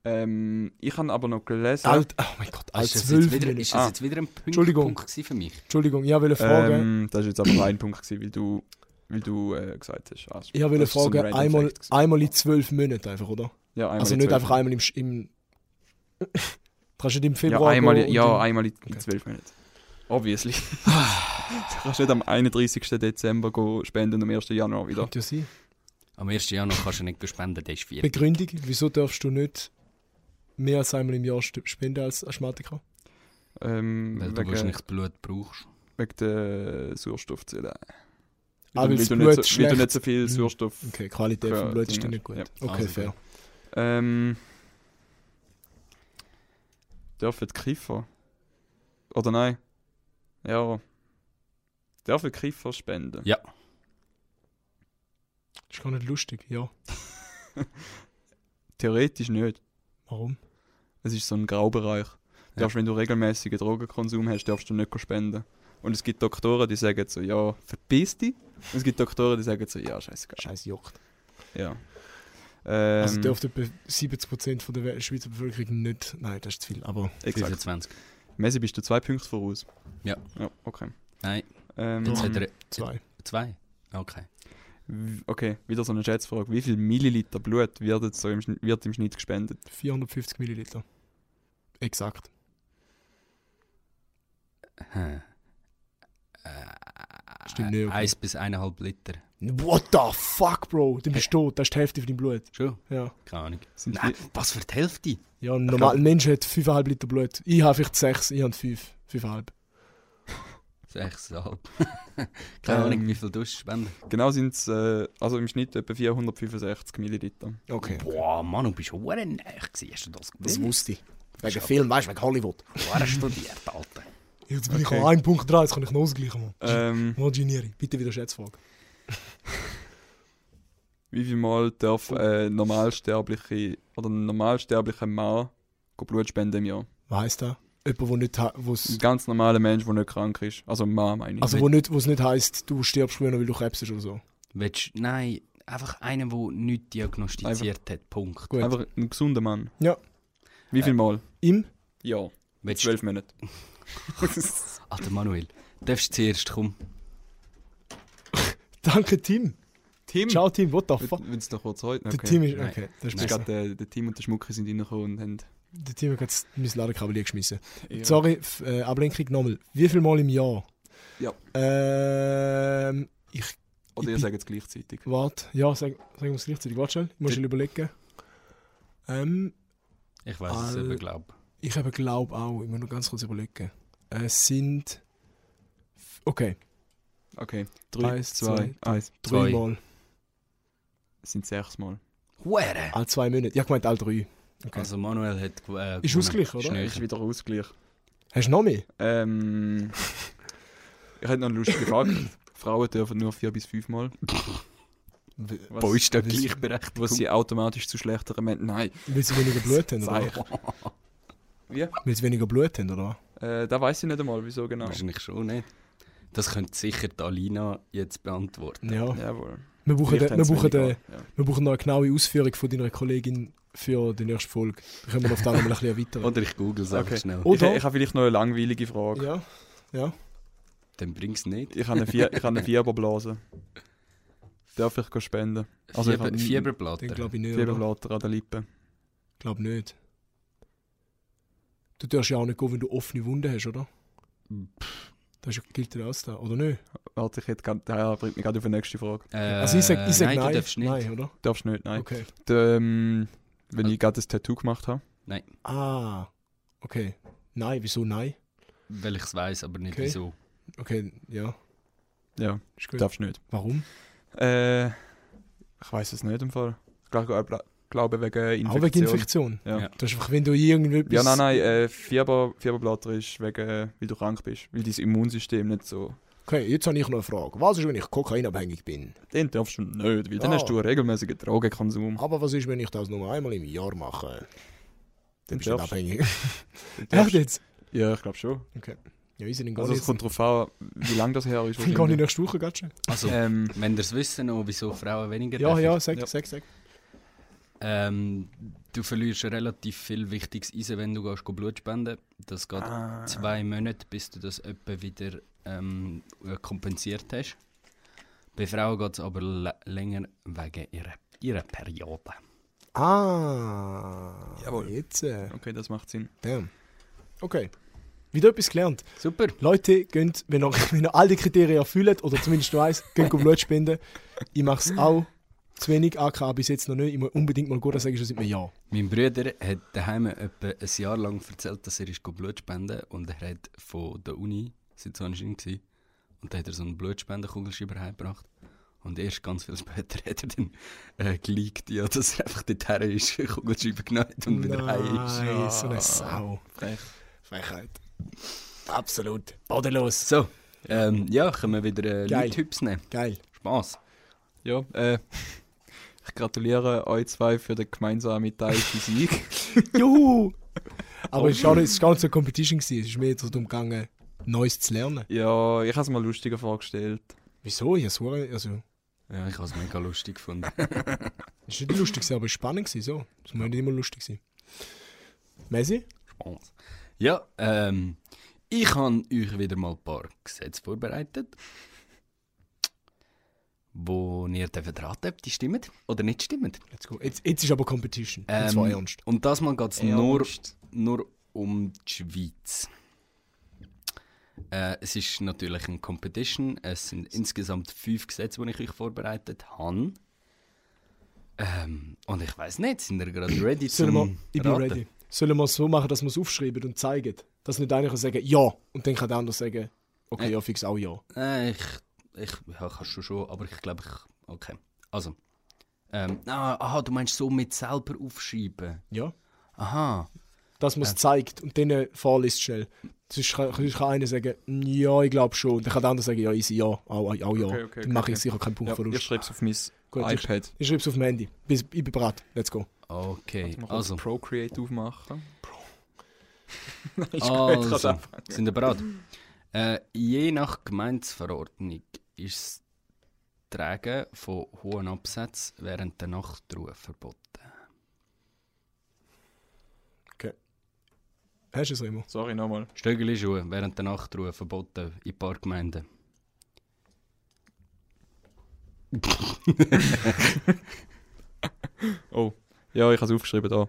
Speaker 3: Ähm, ich habe aber noch gelesen.
Speaker 2: Alt, oh mein Gott, alle
Speaker 1: Ist das jetzt
Speaker 2: zwölf
Speaker 1: wieder,
Speaker 2: Monate.
Speaker 1: ist
Speaker 3: Ah.
Speaker 1: das jetzt wieder ein Punkt,
Speaker 2: Entschuldigung.
Speaker 1: Punkt gewesen für mich?
Speaker 2: Entschuldigung, ich wollte fragen,
Speaker 3: ähm, das war jetzt aber ein Punkt, gewesen, weil du, weil du äh, gesagt hast. Ah,
Speaker 2: ich wollte
Speaker 3: das ist so ein
Speaker 2: fragen
Speaker 3: random
Speaker 2: einmal,
Speaker 3: Fact gewesen.
Speaker 2: einmal in zwölf Monaten einfach, oder?
Speaker 3: Ja, einmal
Speaker 2: also
Speaker 3: in
Speaker 2: nicht
Speaker 3: zwölf
Speaker 2: einfach einmal im... Sch- im Du kannst nicht im
Speaker 3: Ja,
Speaker 2: Februar
Speaker 3: einmal,
Speaker 2: gehen
Speaker 3: in-
Speaker 2: und
Speaker 3: ja,
Speaker 2: im-
Speaker 3: einmal in
Speaker 2: Okay.
Speaker 3: in zwölf Monaten. Obviously. du kannst nicht am 31. Dezember go spenden und am 1. Januar wieder.
Speaker 2: Könnte ja sein.
Speaker 1: Am 1. Januar kannst du nicht spenden, der ist 4.
Speaker 2: Begründung, wieso darfst du nicht mehr als einmal im Jahr st- spenden als Asthmatiker?
Speaker 3: Ähm,
Speaker 1: Weil du
Speaker 3: wegen,
Speaker 1: wahrscheinlich das Blut brauchst.
Speaker 3: wegen der Sauerstoffzelle.
Speaker 2: weil
Speaker 3: weil,
Speaker 2: das
Speaker 3: du
Speaker 2: Ah, Blut
Speaker 3: nicht so, weil du
Speaker 2: schlecht-
Speaker 3: nicht so viel
Speaker 2: Mhm.
Speaker 3: Sauerstoff.
Speaker 2: Okay, Qualität
Speaker 3: Ja,
Speaker 2: vom Blut ist
Speaker 3: Ding
Speaker 2: dann
Speaker 3: ist-
Speaker 2: nicht gut.
Speaker 3: ja.
Speaker 2: Okay,
Speaker 1: Also
Speaker 2: fair.
Speaker 3: Ähm, dürfen die Kiffer? Oder nein? Ja. Dürfen die Kiffer spenden?
Speaker 1: Ja.
Speaker 2: Ist gar nicht lustig, ja.
Speaker 3: Theoretisch nicht.
Speaker 2: Warum?
Speaker 3: Es ist so ein Graubereich. Du Darfst, wenn du regelmäßigen Drogenkonsum hast, darfst du nicht spenden. Und es gibt Doktoren, die sagen so, ja, verpiss dich. Und es gibt Doktoren, die sagen so, ja, scheißegal.
Speaker 2: Scheiß juckt.
Speaker 3: Ja. Ähm,
Speaker 2: Also dürfte etwa 70% von der We- Schweizer Bevölkerung nicht. Nein, das ist zu viel, aber.
Speaker 3: exakt.
Speaker 1: 25.
Speaker 3: Messi, bist du zwei Punkte voraus?
Speaker 1: Ja.
Speaker 3: Ja, okay.
Speaker 1: Nein,
Speaker 3: Ähm,
Speaker 1: jetzt hat er
Speaker 2: Zwei.
Speaker 1: zwei. Okay.
Speaker 3: W- Okay, wieder so eine Schätzfrage. Wie viel Milliliter Blut wird, jetzt so im, Schn- wird im Schnitt gespendet?
Speaker 2: 450 Milliliter. Exakt.
Speaker 1: Hm.
Speaker 2: Stimmt nicht, okay.
Speaker 1: 1 Äh, bis 1,5 Liter.
Speaker 2: What the fuck, Bro? Du bist tot, das ist die Hälfte von deinem Blut.
Speaker 1: Schon?
Speaker 2: Ja.
Speaker 1: Keine Ahnung.
Speaker 3: Sind
Speaker 1: Nein,
Speaker 3: wir-
Speaker 1: was für die Hälfte?
Speaker 2: Ja, ein normaler Mensch hat 5,5 Liter Blut. Ich habe vielleicht 6, ich habe 5. 5,5.
Speaker 1: 6,5. Keine Ahnung,
Speaker 3: Ähm.
Speaker 1: wie viel du spenden.
Speaker 3: Genau sind es, äh, also im Schnitt etwa 465 Milliliter.
Speaker 2: Okay. Hm?
Speaker 1: Boah, Mann, du bist hure näher gewesen. Hast du das gewusst?
Speaker 2: wusste ich. Wegen Film, weißt du, wegen Hollywood.
Speaker 1: Du hast studiert, Alter.
Speaker 2: Jetzt bin
Speaker 3: Okay.
Speaker 2: ich an einem Punkt dran, jetzt kann ich noch ausgleichen, Mann.
Speaker 3: Ähm,
Speaker 2: Mann, Genieri, bitte wieder Schätzfrage.
Speaker 3: wie viel Mal darf
Speaker 2: Oh.
Speaker 3: äh, normalsterbliche oder ein normalsterblicher Mann go Blut spenden im Jahr?
Speaker 2: Was heisst Hm. das? Jemand, wo nicht, ha- wo's,
Speaker 3: Ein ganz normaler Mensch, der nicht krank ist. Also ein Mann, meine ich.
Speaker 2: also wo nicht, wo's nicht heisst, du stirbst früher, weil du Krebs hast oder so.
Speaker 1: Willst, nein, einfach einen, der nichts diagnostiziert hat. Punkt.
Speaker 2: Gut. Äh,
Speaker 3: Einfach ein gesunder Mann.
Speaker 2: Ja.
Speaker 3: Wie viel Mal?
Speaker 2: Im?
Speaker 3: Ja.
Speaker 1: Willst,
Speaker 3: Zwölf Monate.
Speaker 1: Alter, Manuel, darfst du zuerst kommen?
Speaker 2: Danke, Tim.
Speaker 3: Tim!
Speaker 2: Ciao, Tim. What the fuck?
Speaker 3: Wenn es noch kurz heute.
Speaker 2: Der Tim ist.
Speaker 1: Nein.
Speaker 2: Hm. Okay, das ist
Speaker 1: Nein.
Speaker 2: besser.
Speaker 3: Gerade der, der Tim und der Schmucki sind reingekommen und haben.
Speaker 2: Der Tim hat jetzt mein Ladekabel geschmissen. Sorry, f- äh, Ablenkung nochmal. Wie viel Mal im Jahr?
Speaker 3: Ja.
Speaker 2: Ähm, ich
Speaker 3: Oder ihr sagt es gleichzeitig.
Speaker 2: warte. Ja, sagen sag wir es gleichzeitig. Warte schnell. Ich muss schnell überlegen. Ähm,
Speaker 1: Ich weiß es,
Speaker 2: Al-
Speaker 1: aber glaube.
Speaker 2: ich habe glaube auch. Ich muss noch ganz kurz überlegen. Es sind. f- Okay,
Speaker 3: Okay. 3,
Speaker 2: Eins,
Speaker 3: 2, 1.
Speaker 1: Zwei.
Speaker 2: dreimal.
Speaker 3: Es sind sechs Mal.
Speaker 1: Hure!
Speaker 2: Alle zwei Monate. Ja, ich meinte alle drei. Okay.
Speaker 1: Also Manuel hat gew- äh,
Speaker 2: Ist
Speaker 1: gewonnen.
Speaker 2: ausgeglichen, oder?
Speaker 1: Schnell.
Speaker 3: Ist wieder Ausgleich.
Speaker 2: Hast du noch mehr?
Speaker 3: Ähm. ich hätte noch einen lustigen Fakt. Frauen dürfen nur vier bis fünf Mal. Was,
Speaker 1: Boah, ist da
Speaker 2: was-
Speaker 1: gleichberechtigt.
Speaker 3: was sie automatisch zu schlechteren Männern. Nein.
Speaker 2: Weil sie weniger Blut haben, oder?
Speaker 3: Zeig. Wie?
Speaker 2: Weil sie weniger Blut haben, oder?
Speaker 3: Äh, da weiß ich nicht einmal, wieso genau.
Speaker 1: Wahrscheinlich schon nicht. Das könnte sicher die Alina jetzt beantworten.
Speaker 2: Ja.
Speaker 3: Jawohl.
Speaker 2: Wir brauchen,
Speaker 3: Vielleicht
Speaker 2: den, wir,
Speaker 3: haben's
Speaker 2: brauchen den,
Speaker 3: weniger. Ja.
Speaker 2: wir brauchen noch eine genaue Ausführung von deiner Kollegin für die nächste Folge. Dann können wir auf das noch mal ein bisschen erweitern.
Speaker 1: Oder ich google es einfach
Speaker 3: Okay. Oh.
Speaker 1: schnell.
Speaker 2: Oder-
Speaker 3: Ich, ich habe vielleicht noch eine langweilige Frage.
Speaker 2: Oh, Ja,
Speaker 1: Dann bring's nicht.
Speaker 3: Ich habe eine, Fie ich habe eine Fieberblase. Darf ich go spenden? Also ich
Speaker 1: Fieber,
Speaker 3: hab-
Speaker 1: Fieberblatter.
Speaker 2: den glaube ich nicht. Ich
Speaker 3: Fieberblätter an der Lippe.
Speaker 2: glaube nicht. Du darfst ja auch nicht gehen, wenn du offene Wunden hast, oder? Das ist ja, gilt ja auch da, oder nicht?
Speaker 3: Warte, ich hätte gerade, ja, bringt mich gerade auf die nächste Frage.
Speaker 1: Äh,
Speaker 2: also ich sag, ich sag
Speaker 1: nein,
Speaker 2: nein,
Speaker 1: du darfst nicht.
Speaker 2: nein, oder?
Speaker 3: Darfst nicht, nein.
Speaker 2: Okay.
Speaker 3: D- ähm, wenn
Speaker 2: Also
Speaker 3: ich gerade das Tattoo gemacht habe.
Speaker 2: Ah, okay. Nein, wieso nein?
Speaker 1: Weil ich es weiss, aber nicht
Speaker 2: Okay.
Speaker 1: wieso.
Speaker 2: Okay, ja,
Speaker 3: Ja,
Speaker 2: ist
Speaker 3: du
Speaker 2: gut.
Speaker 3: darfst nicht.
Speaker 2: Warum?
Speaker 3: Äh, ich weiß es nicht im Fall. Ich glaube, glaube wegen Infektion.
Speaker 2: Auch wegen Infektion.
Speaker 3: Ja.
Speaker 1: Ja.
Speaker 2: Das ist einfach, wenn du irgendetwas...
Speaker 3: Ja, nein, nein, äh, Fieber, Fieberblätter ist wegen, weil du krank bist, weil dein Immunsystem nicht so.
Speaker 2: Okay, jetzt habe ich noch eine Frage. Was ist, wenn ich kokainabhängig bin?
Speaker 3: Den darfst du nicht, weil dann
Speaker 2: Ah.
Speaker 3: hast du einen regelmäßigen Drogenkonsum.
Speaker 2: Aber was ist, wenn ich das nur einmal im Jahr mache? Dann bist du
Speaker 3: darfst-
Speaker 2: abhängig.
Speaker 3: Dann darfst-
Speaker 2: Echt jetzt?
Speaker 3: Ja, ich glaube schon.
Speaker 2: Ja, ich sind gar
Speaker 3: Also es
Speaker 2: nicht.
Speaker 3: kommt darauf an, wie lange das her ist.
Speaker 2: Dann kann ich nächste Woche gerade schon.
Speaker 1: Also,
Speaker 3: ähm,
Speaker 1: wenn ihr es wissen, noch, wieso Frauen weniger
Speaker 2: Ja,
Speaker 1: dürfen,
Speaker 2: ja, sag,
Speaker 3: Ja.
Speaker 2: sag, sag.
Speaker 1: Ähm, du verlierst relativ viel wichtiges Eisen, wenn du gehst go Blut spenden. Das geht
Speaker 3: ah,
Speaker 1: zwei Monate, bis du das etwa wieder ähm, äh, kompensiert hast. Bei Frauen geht es aber lä- länger wegen ihrer, ihrer Periode.
Speaker 2: Ah,
Speaker 3: Jawohl.
Speaker 2: jetzt. Äh,
Speaker 3: Okay, das macht Sinn.
Speaker 2: damn. Okay. Wieder etwas gelernt.
Speaker 1: Super.
Speaker 2: Leute, geht, wenn ihr, wenn ihr all die Kriterien erfüllt, oder zumindest nur eins, geht go Blut spenden. Ich mache es auch. Zu wenig AK bis jetzt noch nicht. Ich muss unbedingt mal gut sagen, schon seit einem Jahr.
Speaker 1: Mein Bruder hat daheim etwa ein Jahr lang erzählt, dass er ist go Blut spenden und er hat von der Uni, seit so anscheinend gewesen, und da hat er so einen Blutspendenkugelschreiber heimgebracht. Und erst ganz viel später hat er dann äh, geleakt, ja, dass er einfach dorthin ist, Kugelschreiber genommen hat und wieder heim ist.
Speaker 2: Nein, so eine Sau.
Speaker 3: Frech.
Speaker 2: Frechheit. Absolut. Bodenlos.
Speaker 1: So, ähm, ja, können wir wieder äh,
Speaker 2: Geil.
Speaker 1: Leute Hübs nehmen.
Speaker 2: Geil.
Speaker 1: Spass.
Speaker 3: Ja, äh, ich gratuliere euch zwei für den gemeinsamen Teil Sieg.
Speaker 2: Juhu! Aber es war auch nicht- es war gar nicht so eine Competition. gewesen. Es ist mehr so darum gegangen, Neues zu lernen.
Speaker 3: ja, ich habe es mir lustiger vorgestellt.
Speaker 2: Wieso? Ja, so, also,
Speaker 1: Ja, ich habe es mega lustig gefunden.
Speaker 2: es war nicht lustig, gewesen, aber es war spannend. gewesen, So. Es muss nicht immer lustig sein. Messi?
Speaker 1: Spass. Ja, ähm, ich habe euch wieder mal ein paar Gesetze vorbereitet, wo ihr dürft raten, ob die stimmen oder nicht stimmen.
Speaker 2: Let's go. Jetzt, jetzt ist aber Competition.
Speaker 1: Ähm,
Speaker 2: Jetzt war ernst.
Speaker 1: Und das mal geht es nur, nur um die Schweiz. Äh, es ist natürlich eine Competition. Es sind insgesamt fünf Gesetze, die ich euch vorbereitet habe. Ähm, und ich weiß nicht, sind ihr gerade ready
Speaker 2: Sollen
Speaker 1: zum
Speaker 2: wir, ich bin
Speaker 1: Raten?
Speaker 2: ready. Sollen wir es so machen, dass wir es aufschreiben und zeigen? Dass nicht einer kann sagen ja und dann kann der andere sagen, okay,
Speaker 1: Nein.
Speaker 2: ja, fix auch ja.
Speaker 1: Äh, ich, ich, ja, kannst du schon, aber ich glaube, ich, okay. Also, ähm, ah, aha, du meinst so mit selber aufschreiben.
Speaker 2: Ja.
Speaker 1: Aha,
Speaker 2: Dass man es zeigt und dann äh, vorliest schnell. Sonst kann, sonst kann einer sagen, "Mm, ja, ich glaube schon. Und dann kann der andere sagen, ja, easy, ja, auch, auch ja.
Speaker 3: Okay, okay,
Speaker 2: dann mache
Speaker 3: okay,
Speaker 2: ich sicher keinen
Speaker 3: Ja,
Speaker 2: Punktverlust.
Speaker 3: ich schreibe es auf mein
Speaker 2: Gut, ich-
Speaker 3: iPad.
Speaker 2: Ich schreibe es auf dem Handy. Bis- Ich bin bereit. Let's go.
Speaker 1: okay.
Speaker 3: Mal kurz
Speaker 1: Also,
Speaker 3: Procreate aufmachen. Nein, ist gut, kannst
Speaker 1: also
Speaker 3: anfangen.
Speaker 1: sind wir bereit? Äh, je nach Gemeindeverordnung ist das Tragen von hohen Absätzen während der Nachtruhe verboten.
Speaker 2: Hast du es immer?
Speaker 3: Sorry nochmal.
Speaker 1: Stögeli-Schuhe während der Nachtruhe verboten in ein paar Gemeinden.
Speaker 3: Oh, ja, ich habe es aufgeschrieben da.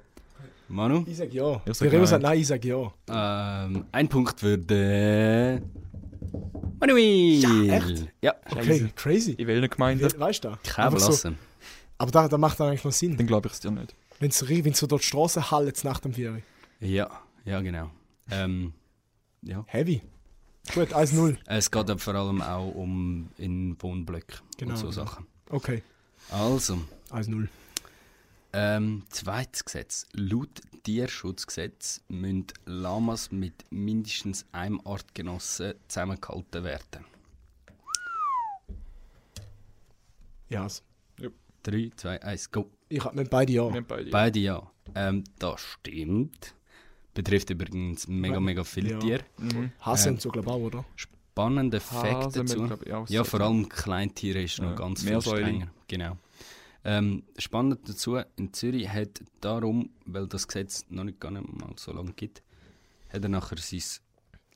Speaker 1: Manu?
Speaker 2: Ich sag ja.
Speaker 3: Ich sag
Speaker 2: Der Remo
Speaker 3: nein.
Speaker 2: sagt nein, ich sag ja.
Speaker 1: Ähm, ein Punkt würde. Manuel!
Speaker 2: Ja, echt?
Speaker 1: Ja,
Speaker 2: Okay, crazy.
Speaker 3: In welcher Gemeinde?
Speaker 2: We- Weißt du das?
Speaker 1: kein
Speaker 2: Einfach so.
Speaker 1: Blassen.
Speaker 2: Aber da, da macht das eigentlich noch Sinn.
Speaker 3: Dann glaube ich es dir nicht.
Speaker 2: Wenn es so dort die Straße hallt nach dem Vieri.
Speaker 1: Ja, ja, genau. Ähm, ja.
Speaker 2: Heavy. Gut, 1-0.
Speaker 1: Es geht aber vor allem auch um in Wohnblöcke
Speaker 2: Genau,
Speaker 1: und so
Speaker 2: genau.
Speaker 1: Sachen.
Speaker 2: Okay,
Speaker 1: Also,
Speaker 2: 1-0.
Speaker 1: ähm, zweites Gesetz. Laut Tierschutzgesetz müssen Lamas mit mindestens einem Artgenossen zusammengehalten werden.
Speaker 2: Ja.
Speaker 1: 3, 2, 1, go!
Speaker 2: Ich hab mit beide ja.
Speaker 3: Wir haben beide.
Speaker 1: Beide ja. Ähm, das stimmt. Betrifft übrigens mega,
Speaker 2: Ja.
Speaker 1: mega viele
Speaker 2: Ja.
Speaker 1: Tiere.
Speaker 3: Mhm.
Speaker 2: Hasse
Speaker 1: Ähm.
Speaker 2: und so, glaube ich, auch, oder?
Speaker 1: Spannende Fakt
Speaker 3: Hasen, wir
Speaker 1: dazu.
Speaker 3: glaub ich, auch
Speaker 1: Ja,
Speaker 3: so.
Speaker 1: vor allem Kleintiere ist
Speaker 3: Ja,
Speaker 1: noch ganz viel
Speaker 3: Meersäule.
Speaker 1: strenger. Genau. Ähm, spannend dazu, in Zürich hat darum, weil das Gesetz noch nicht gar nicht mal so lange gibt, hat er nachher sein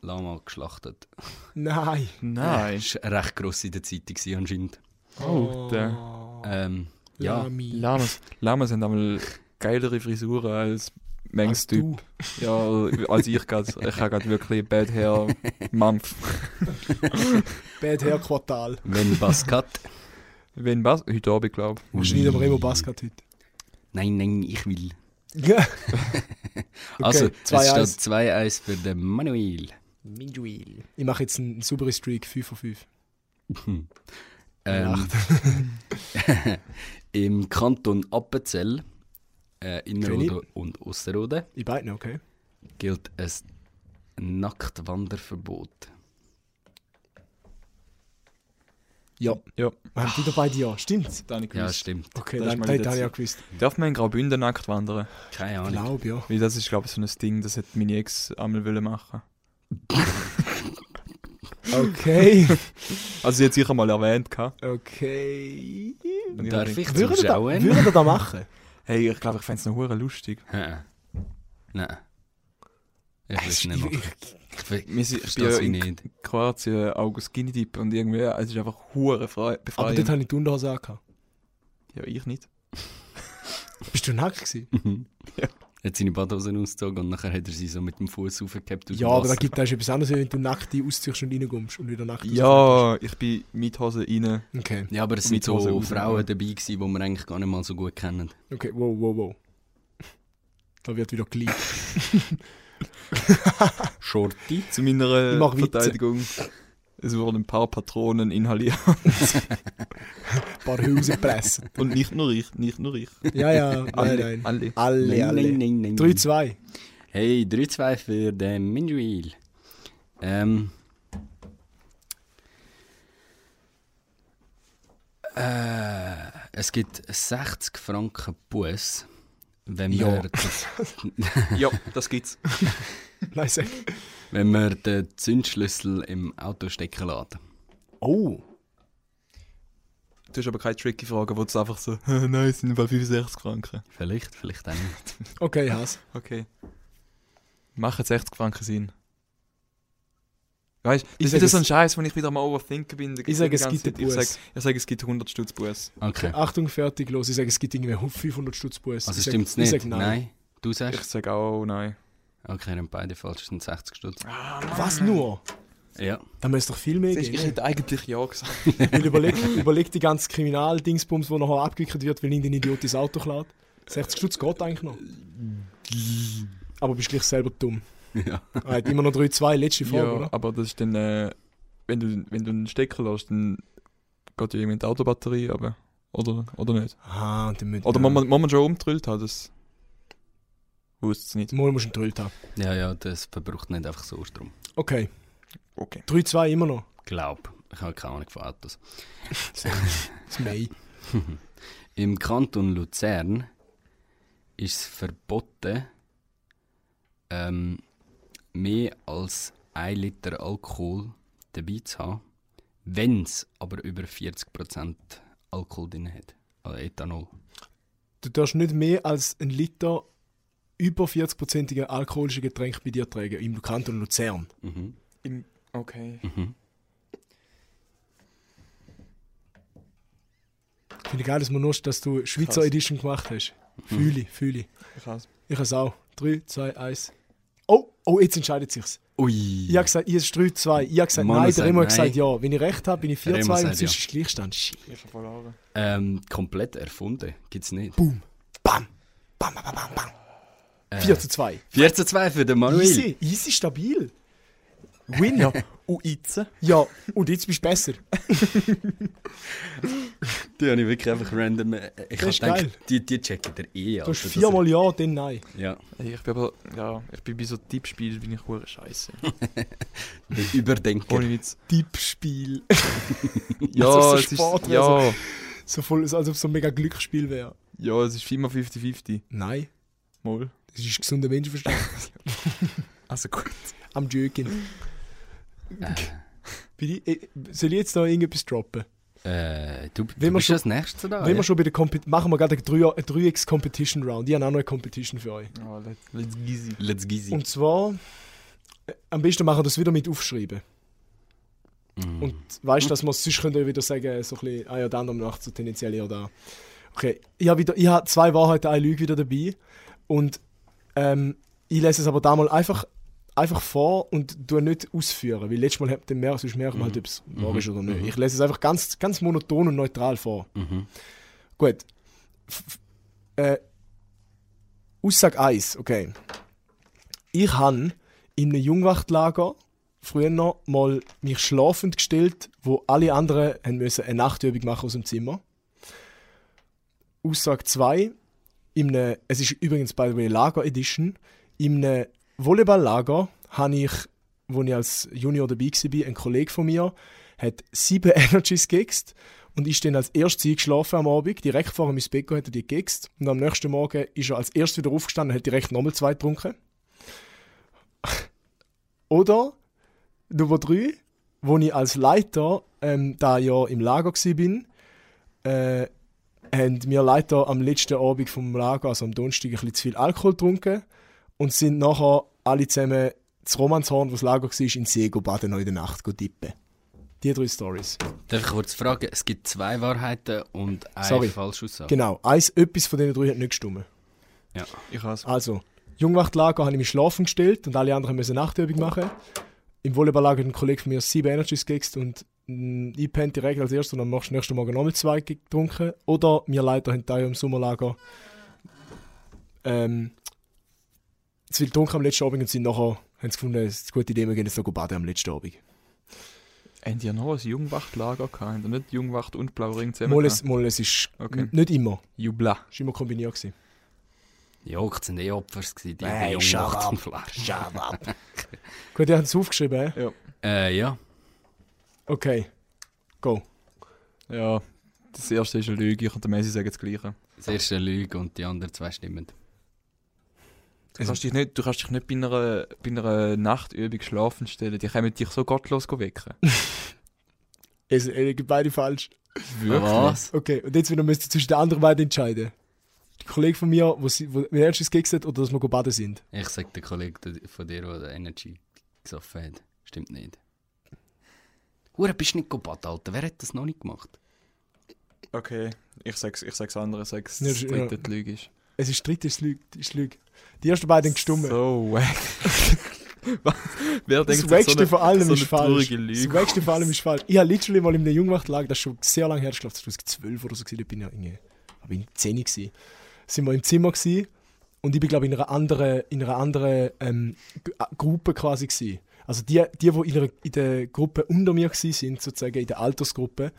Speaker 1: Lama geschlachtet.
Speaker 2: Nein.
Speaker 3: Nein.
Speaker 1: Das war recht gross in der Zeitung gewesen anscheinend.
Speaker 3: Oh, der.
Speaker 1: Ähm, ja,
Speaker 2: Lami.
Speaker 3: Lamas. Lamas haben einmal geilere Frisuren als Mengs Typ.
Speaker 2: du.
Speaker 3: Ja, als ich gerade. Ich habe gerade wirklich Bad Hair Mampf.
Speaker 2: Bad Hair Quartal.
Speaker 1: Wenn Baskat.
Speaker 3: Wenn was? Heute Abend, glaube
Speaker 2: Wir schneiden aber immer Basket heute.
Speaker 1: Nein, nein, ich will.
Speaker 2: okay,
Speaker 1: Also, es
Speaker 2: 2-1.
Speaker 1: steht 2-1 für den Manuel.
Speaker 2: Ich mache jetzt einen sauberen Streak, 5 von 5.
Speaker 1: Ähm, Im Kanton Appenzell, äh, Innerrhoden und Ausserrhoden,
Speaker 2: In beiden, okay?
Speaker 1: gilt ein Nacktwanderverbot.
Speaker 2: Ja.
Speaker 3: Ja.
Speaker 2: Wir haben wieder beide ja, stimmt.
Speaker 3: ich. Danik
Speaker 1: Ja, stimmt.
Speaker 2: Okay,
Speaker 3: Das
Speaker 2: dann
Speaker 3: ist mal
Speaker 2: das
Speaker 3: wieder
Speaker 2: habe ich
Speaker 3: so.
Speaker 2: auch gewusst.
Speaker 3: Darf man in Graubünden nackt wandern?
Speaker 1: Keine
Speaker 2: Ich
Speaker 1: Ahnung.
Speaker 2: glaube, ja.
Speaker 3: Weil das ist, glaube ich, so ein Ding, das hat meine Ex einmal wollen machen.
Speaker 2: Okay.
Speaker 3: Also, sie hat sicher mal erwähnt. gehabt.
Speaker 2: okay.
Speaker 3: Und ich
Speaker 1: Darf
Speaker 3: denke,
Speaker 1: ich
Speaker 2: Würde da,
Speaker 1: zuschauen?
Speaker 2: würde da machen?
Speaker 3: Hey, ich glaube, ich fände es noch hure lustig.
Speaker 1: Hä? Nein. Ich
Speaker 2: Es-
Speaker 1: weiß nicht
Speaker 2: ich-
Speaker 1: machen.
Speaker 2: ich-
Speaker 1: Ich, ich,
Speaker 3: Wir sind, ich bin
Speaker 1: verstehe
Speaker 3: ja
Speaker 1: sie
Speaker 3: in
Speaker 1: nicht.
Speaker 3: Kroatien August Skinny Dip und irgendwie, es ist einfach hure frei-
Speaker 2: Aber dort
Speaker 3: befreiend.
Speaker 2: habe ich die Unterhose angehabt.
Speaker 3: Ja, ich nicht.
Speaker 2: Bist du nackt gewesen?
Speaker 1: Er hat seine Badhosen ausgezogen und nachher hat er sie so mit dem Fuß aufgehabt.
Speaker 2: Ja, aber da gibt es etwas anderes, wenn du nackt die ausziehst und reinkommst und wieder nackt rausgehst.
Speaker 3: Ja, ich bin mit Hose rein.
Speaker 2: Okay,
Speaker 1: ja, aber es
Speaker 3: mit
Speaker 1: sind
Speaker 3: Hosen
Speaker 1: so
Speaker 3: raus,
Speaker 1: Frauen
Speaker 3: ja.
Speaker 1: dabei, gewesen, die wir eigentlich gar nicht mal so gut kennen.
Speaker 2: okay, wow, wow, wow. Da wird wieder gleich.
Speaker 1: Shorty.
Speaker 3: Zu meiner
Speaker 2: Ich mach Witze.
Speaker 3: Verteidigung. Es wurden ein paar Patronen inhaliert.
Speaker 2: Ein paar Hülsen pressen.
Speaker 3: Und nicht nur ich, nicht nur ich.
Speaker 2: Ja, ja, nein,
Speaker 3: Alle,
Speaker 2: nein.
Speaker 3: alle.
Speaker 2: Alle, alle.
Speaker 1: nein, nein.
Speaker 2: 3-2.
Speaker 1: Hey, 3-2 für den Minjuil. Ähm. Äh, es gibt 60 Franken Buß, wenn
Speaker 2: Ja.
Speaker 1: man,
Speaker 3: Ah, Ja, das gibt's.
Speaker 2: Nein, sag.
Speaker 1: wenn man den Zündschlüssel im Auto stecken lässt.
Speaker 2: Oh,
Speaker 3: Du hast aber keine tricky Frage, wo du es einfach so, nein, es sind im Fall 65 Franken.
Speaker 1: Vielleicht, vielleicht auch nicht.
Speaker 2: okay, Hass.
Speaker 3: Okay. Machen 60 Franken Sinn. Weißt du,
Speaker 2: Ich
Speaker 3: das ist
Speaker 2: sag,
Speaker 3: wieder so ein
Speaker 2: es-
Speaker 3: Scheiß, wenn ich wieder mal overthinken bin.
Speaker 2: Ich sage, es gibt den
Speaker 3: ich sage,
Speaker 2: Buß.
Speaker 3: ich sage, es gibt 100 Stutz Buß.
Speaker 1: Okay.
Speaker 2: Achtung, fertig, los. Ich sage, es gibt irgendwie 500 Stutz Buß.
Speaker 1: Also
Speaker 2: Ich sag-
Speaker 1: stimmt's
Speaker 2: Ich
Speaker 1: nicht?
Speaker 2: sag
Speaker 1: nein.
Speaker 2: nein.
Speaker 1: Du
Speaker 3: Ich
Speaker 1: sagst?
Speaker 3: sage auch oh nein.
Speaker 1: Okay, dann beide falsch, sind 60 Stutz.
Speaker 2: Was nur?
Speaker 1: Ja.
Speaker 2: Da müsste doch viel mehr
Speaker 3: Siehst du, Ich
Speaker 2: geben.
Speaker 3: hätte eigentlich ja gesagt.
Speaker 2: Weil überleg, überleg die ganze Kriminaldingsbums, die nachher abgewickelt wird, weil irgendein Idiot das Auto klaut. 60 Stutz geht eigentlich noch. Aber bist gleich selber dumm.
Speaker 1: ja.
Speaker 2: Ah, hat immer noch 3-2, letzte Frage,
Speaker 3: ja,
Speaker 2: oder?
Speaker 3: aber das ist dann, äh, wenn, du, wenn du einen Stecker lässt, dann geht ja irgendwie die Autobatterie aber Oder, oder nicht?
Speaker 2: Ah, und dann müssen
Speaker 3: Oder muss man, muss man schon umgedrillt haben? Das wusste es nicht.
Speaker 2: Mal musst du einen Drill haben.
Speaker 1: Ja, ja, das verbraucht nicht einfach so drum.
Speaker 2: Okay,
Speaker 3: Okay.
Speaker 2: 3-2 immer noch.
Speaker 1: Glaub. Ich habe keine Ahnung von Autos.
Speaker 2: Das May.
Speaker 1: Im Kanton Luzern ist es verboten, ähm, mehr als 1 Liter Alkohol dabei zu haben, wenn es aber über 40% Alkohol drin hat. Also Ethanol.
Speaker 2: Du darfst nicht mehr als einen Liter über 40-prozentigen alkoholischen Getränk bei dir tragen, im Kanton Luzern.
Speaker 1: Mhm.
Speaker 3: Okay.
Speaker 1: Mhm.
Speaker 2: Ich finde geil, dass, man nur, dass du Schweizer
Speaker 3: Krass. Mhm.
Speaker 2: Edition gemacht hast. Fühle, fühle.
Speaker 3: Krass.
Speaker 2: Ich habe es auch. 3, 2, 1. Oh, oh, jetzt entscheidet sich's.
Speaker 1: Ui!
Speaker 2: Ich habe gesagt, ich ist 3, 2. Ich habe gesagt,
Speaker 1: Manu
Speaker 2: nein, der
Speaker 1: sagt
Speaker 2: Remo hat
Speaker 1: nein.
Speaker 2: gesagt, ja. Wenn ich recht habe, bin ich 4,
Speaker 1: Remo
Speaker 2: 2 und
Speaker 1: sagt ja.
Speaker 2: sonst ist Gleichstand. Shit.
Speaker 3: Ich habe verloren.
Speaker 1: Ähm, komplett erfunden gibt es nicht.
Speaker 2: Bam! Bam, bam, bam, bam. 4 zu 2.
Speaker 1: 4 zu 2 für den Äh. Manuel.
Speaker 2: Easy, easy, stabil.
Speaker 3: Winner. Und jetzt?
Speaker 2: Ja, und jetzt bist du besser.
Speaker 1: Die habe ich wirklich einfach random. äh, Ich
Speaker 2: Das ist
Speaker 1: habe
Speaker 2: geil.
Speaker 1: gedacht, die, die checken der eh.
Speaker 2: Du hast
Speaker 1: Alter, dass
Speaker 2: viermal ja, dann nein.
Speaker 1: er- Ja,
Speaker 3: Ey, ich bin aber, ja, ich bin bei so Tippspielen bin ich hure scheiße.
Speaker 1: der Überdenker.
Speaker 3: Ohne Witz.
Speaker 2: Tippspiel.
Speaker 3: Ja,
Speaker 2: Also so
Speaker 3: es ist,
Speaker 2: Sport-
Speaker 3: ja,
Speaker 2: So voll, als ob es so ein mega Glücksspiel wäre.
Speaker 3: ja, es ist immer 50-50.
Speaker 2: Nein,
Speaker 3: Moll.
Speaker 2: das ist gesunder Menschenverstand.
Speaker 3: Also gut.
Speaker 2: Am Jöken. Bin ich, äh, soll ich jetzt da irgendetwas droppen?
Speaker 1: Äh, du,
Speaker 2: Wenn wir
Speaker 1: du bist
Speaker 2: schon-
Speaker 1: als nächstes da.
Speaker 2: Wenn
Speaker 1: Ah, ja?
Speaker 2: wir schon bei der Kompet machen wir gerade eine 3 eine 3x Competition Round. Ich habe auch noch eine Competition für euch.
Speaker 3: Oh, let's, let's easy.
Speaker 1: Let's Gizi.
Speaker 2: Und zwar, äh, am besten machen wir das wieder mit aufschreiben.
Speaker 1: Mhm.
Speaker 2: Und weißt du, dass man sonst könnt ihr wieder sagen, so ein bisschen, ah ja, dann am Nacht so tendenziell eher da. Okay, ich habe wieder, ich habe zwei Wahrheiten, eine Lüge wieder dabei. Und Ähm, ich lese es aber da mal einfach, einfach vor und tue nicht ausführen, weil letztes Mal hat mehr, sonst merkt man halt, ob es wahr ist oder nicht. Ich lese es einfach ganz, ganz monoton und neutral vor.
Speaker 1: Mhm.
Speaker 2: Gut. F- f- äh, Aussage 1, okay. Ich habe in einem Jungwachtlager früher noch mal mich schlafend gestellt, wo alle anderen haben müssen eine Nachtübung machen aus dem Zimmer. Aussage 2, in einem, es ist übrigens by the way Lager Edition, in einem Volleyballlager habe ich, wo ich als Junior dabei war, ein Kollege von mir, hat sieben Energies gegext und ist dann als erstes eingeschlafen am Abend, direkt vor ihm ins Bett gegangen, hat er die gegext und am nächsten Morgen ist er als erstes wieder aufgestanden und hat direkt nochmal zwei getrunken. Oder Nummer drei, wo ich als Leiter ähm, da Jahr im Lager war, äh, haben wir Leiter am letzten Abend vom Lager, also am Donnerstag, ein bisschen zu viel Alkohol getrunken und sind nachher alle zusammen das Romanshorn, wo das Lager war, in See go baden noch in der Nacht go tippen. Die drei Stories.
Speaker 1: Darf ich kurz fragen? Es gibt zwei Wahrheiten und eine
Speaker 2: Sorry.
Speaker 1: Falschaussage.
Speaker 2: Genau, eins, etwas von diesen drei hat nicht gestimmt.
Speaker 1: Ja.
Speaker 3: Ich hasse
Speaker 2: Also, Jungwachtlager habe ich mich schlafen gestellt und alle anderen müssen Nachtübung machen. Im Volleyballlager hat ein Kollege von mir sieben Energies gegext und mh, ich penne direkt als erstes und am nächsten- nächsten Morgen nochmal zwei getrunken. Oder wir leider haben da im Sommerlager ähm, zu viel getrunken am letzten Abend und sind nachher, haben sie gefunden, es ist eine gute Idee, wir gehen jetzt noch baden am letzten Abend.
Speaker 3: Haben die noch ein Jungwachtlager gehabt? Und nicht Jungwacht und Blauring zusammen?
Speaker 2: Mal es, mal es ist
Speaker 3: Okay.
Speaker 2: n- nicht immer,
Speaker 3: Jubla.
Speaker 2: es war immer kombiniert. Gewesen.
Speaker 1: Juckt sind eh Opfer gewesen, die
Speaker 2: Hey,
Speaker 1: Jungen
Speaker 2: shut
Speaker 1: macht
Speaker 2: up.
Speaker 1: am Flasch.
Speaker 2: Gut, ihr habt es aufgeschrieben, eh?
Speaker 1: Äh, ja.
Speaker 2: Okay, go.
Speaker 3: Ja, das erste ist eine Lüge. Ich und der Messi sagen das Gleiche.
Speaker 1: Das erste Lüge und die anderen zwei stimmen.
Speaker 3: Du kannst dich nicht, du kannst dich nicht bei, einer, bei einer Nachtübung schlafen stellen. Die können dich so gottlos wecken.
Speaker 2: Es, es gibt beide falsch.
Speaker 1: Was?
Speaker 2: Okay, und jetzt wieder müsst ihr zwischen den anderen beiden entscheiden. Der Kollege von mir, wo sie, wo mir erstens Gigs hat oder dass wir go baden sind.
Speaker 1: Ich sag den Kollegen der- von dir, der den Energy gesoffen hat. Stimmt nicht. Hure, bist du nicht gebadet, Alter? Wer hat das noch nicht gemacht?
Speaker 3: Okay, ich sag's, ich sag's andere, ich sag's,
Speaker 2: Ja, das ist- ja.
Speaker 3: die Lüge ist.
Speaker 2: Es ist dritte, es lügt, es lügt. Die ersten beiden haben gestummen.
Speaker 3: So wack. Was? Wer denkt
Speaker 2: das
Speaker 3: sich so
Speaker 2: Wackste
Speaker 3: eine,
Speaker 2: von allem
Speaker 3: so eine
Speaker 2: ist falsch.
Speaker 3: traurige Lüge?
Speaker 2: Das Wackste von allem ist falsch. Ich habe literally mal in einem Jungwachtlager, das ist schon sehr lange her, ich glaube 2012 oder so, gewesen, da bin ich ja irgendwie, aber in 10 gewesen. Sind wir im Zimmer gewesen und ich bin glaube ich in einer anderen, in einer anderen ähm, G- äh, Gruppe quasi gewesen. Also die, die, die in, einer, in der Gruppe unter mir gewesen sind, sozusagen in der Altersgruppe,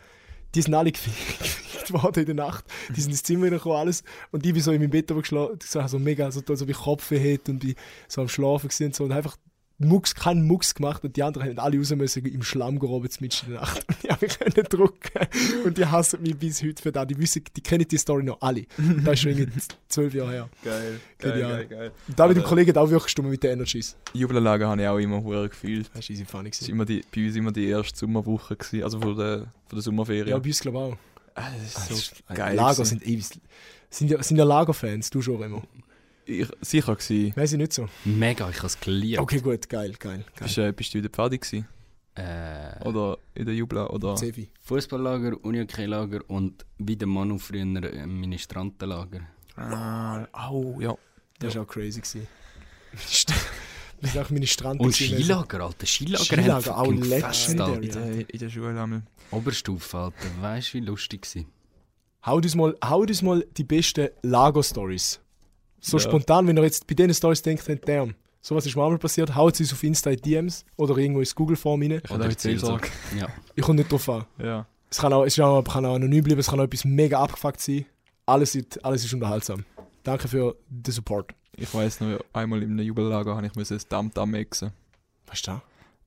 Speaker 2: die sind alle gefickt worden in der Nacht. Die sind ins Zimmer reingekommen, alles. Und ich bin so in meinem Bett geschlafen, so so mega, so, so wie Kopf hätte und bin so am Schlafen gewesen und so und einfach Mucks, keinen Mucks gemacht und die anderen haben alle raus müssen im Schlamm geroben mitten in der Nacht. Und ich habe mich können drucken und die hassen mich bis heute für das. Die wissen, die kennen die Story noch alle. Das ist schon irgendwie z- zwölf Jahre her.
Speaker 3: Geil,
Speaker 2: Genial.
Speaker 3: geil.
Speaker 2: Und da mit dem
Speaker 3: Aber-
Speaker 2: Kollegen hat auch wirklich gestummt mit den Energies.
Speaker 3: Jubelager habe ich auch immer hure gefühlt.
Speaker 2: Das war easy funny.
Speaker 3: Das
Speaker 2: Gewesen.
Speaker 3: war immer die, bei uns immer die erste Sommerwoche, gewesen, also von der, von der Sommerferien.
Speaker 2: Ja, bei uns glaube ich auch.
Speaker 3: Ah, das ist
Speaker 2: Das
Speaker 3: so
Speaker 2: ist-
Speaker 3: geil.
Speaker 2: Lager
Speaker 3: gewesen.
Speaker 2: sind ewig. Sind ja, sind ja Lagerfans, du schon immer.
Speaker 3: ich, sicher gewesen.
Speaker 2: Weiß ich nicht so.
Speaker 1: Mega, ich hab's geliebt.
Speaker 2: Okay, gut, geil, geil, geil.
Speaker 3: Bist, äh, bist du in der Pfadi gewesen?
Speaker 1: Äh,
Speaker 3: Oder in der Jubla? Oder?
Speaker 2: Sevi.
Speaker 1: Fußballlager, Unihockey-Lager und wie der Manu früher äh, Ministrantenlager.
Speaker 3: Ah, au, ja.
Speaker 2: Das war auch crazy. Gewesen. Das war auch Ministrant.
Speaker 1: Und
Speaker 2: gewesen.
Speaker 1: Skilager, Alter. Skilager,
Speaker 2: Skilager,
Speaker 1: haben
Speaker 2: auch
Speaker 1: fucking gefetzt,
Speaker 2: legendary.
Speaker 1: Alter.
Speaker 3: In der, Äh, in der Schule einmal.
Speaker 1: Oberstufe, Alter. Weißt du, wie lustig war?
Speaker 2: Haut uns mal, haut uns mal die besten Lago-Stories. So
Speaker 3: Ja.
Speaker 2: spontan, wenn ihr jetzt bei diesen Stories denkt, dann damn, sowas ist mir einmal passiert, haut sie uns auf Insta in DMs oder irgendwo ins Google-Form rein.
Speaker 3: Ich hatte auch Seelsorge.
Speaker 1: Ja.
Speaker 2: Ich komme nicht drauf an.
Speaker 3: Ja.
Speaker 2: Es kann auch, es kann auch, kann auch anonym bleiben, es kann auch etwas mega abgefuckt sein. Alles ist, alles ist unterhaltsam. Danke für den Support.
Speaker 3: Ich weiss noch, einmal in einem Jubellager habe ich müssen ein Dammdamm mixen.
Speaker 2: Weißt du?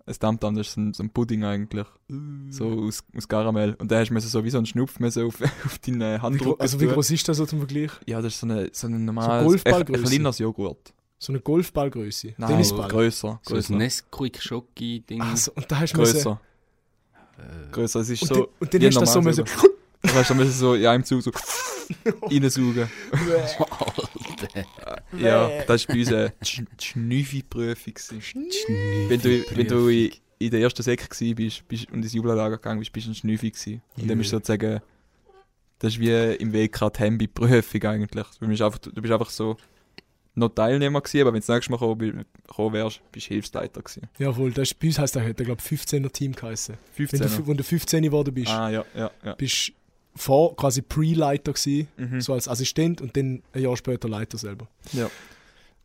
Speaker 3: Ein Dammdamm, das ist so ein, so ein Pudding eigentlich.
Speaker 2: Mm.
Speaker 3: So aus, aus Karamell. Und da hast du müssen so wie so einen Schnupf müssen auf, auf deinen
Speaker 2: Wie gro-
Speaker 3: Handdruck
Speaker 2: also wie
Speaker 3: tun.
Speaker 2: groß ist das so zum Vergleich?
Speaker 3: Ja, das ist so eine, so eine normale. ein,
Speaker 2: Golfballgrösse?
Speaker 3: ein kleines Joghurt.
Speaker 2: So eine Golfballgröße.
Speaker 3: Nein,
Speaker 2: Tennisball.
Speaker 3: grösser.
Speaker 1: So
Speaker 3: grösser.
Speaker 1: ein Nesquik-Schocki-Ding.
Speaker 2: Ach so, und da hast du müssen-
Speaker 3: grösser.
Speaker 1: Äh,
Speaker 3: Grösser. Es ist
Speaker 2: Und,
Speaker 3: so.
Speaker 2: dann- und dann
Speaker 3: wie
Speaker 2: hast du das so
Speaker 3: normal
Speaker 2: müssen.
Speaker 3: Du hast dann müssen so in einem Zug so reinsaugen.
Speaker 1: Alter.
Speaker 3: Ja, das war bei uns eine Sch- Schnüffi-Prüfung. gewesen. Wenn du, wenn du in, in der ersten Säcke gewesen bist, bist und ins Jubellager gegangen bist, bist du ein Schnüffi. gewesen. Und dann bist du sozusagen. Das ist wie im WK die Hembi-Prüfung eigentlich. Du bist einfach, du bist einfach so noch Teilnehmer gewesen, aber wenn du das nächste Mal gekommen bi- gekommen wärst, bist du Hilfsleiter gewesen.
Speaker 2: Jawohl, das ist, bei uns heisst das, hat er, glaube 15er Team geheißen. Wenn du,
Speaker 3: 15.
Speaker 2: wenn du 15 geworden bist,
Speaker 3: Ah, ja, ja, ja.
Speaker 2: bist du vor quasi Pre-Leiter gewesen,
Speaker 3: Mhm.
Speaker 2: so als Assistent und dann ein Jahr später Leiter selber.
Speaker 3: Ja.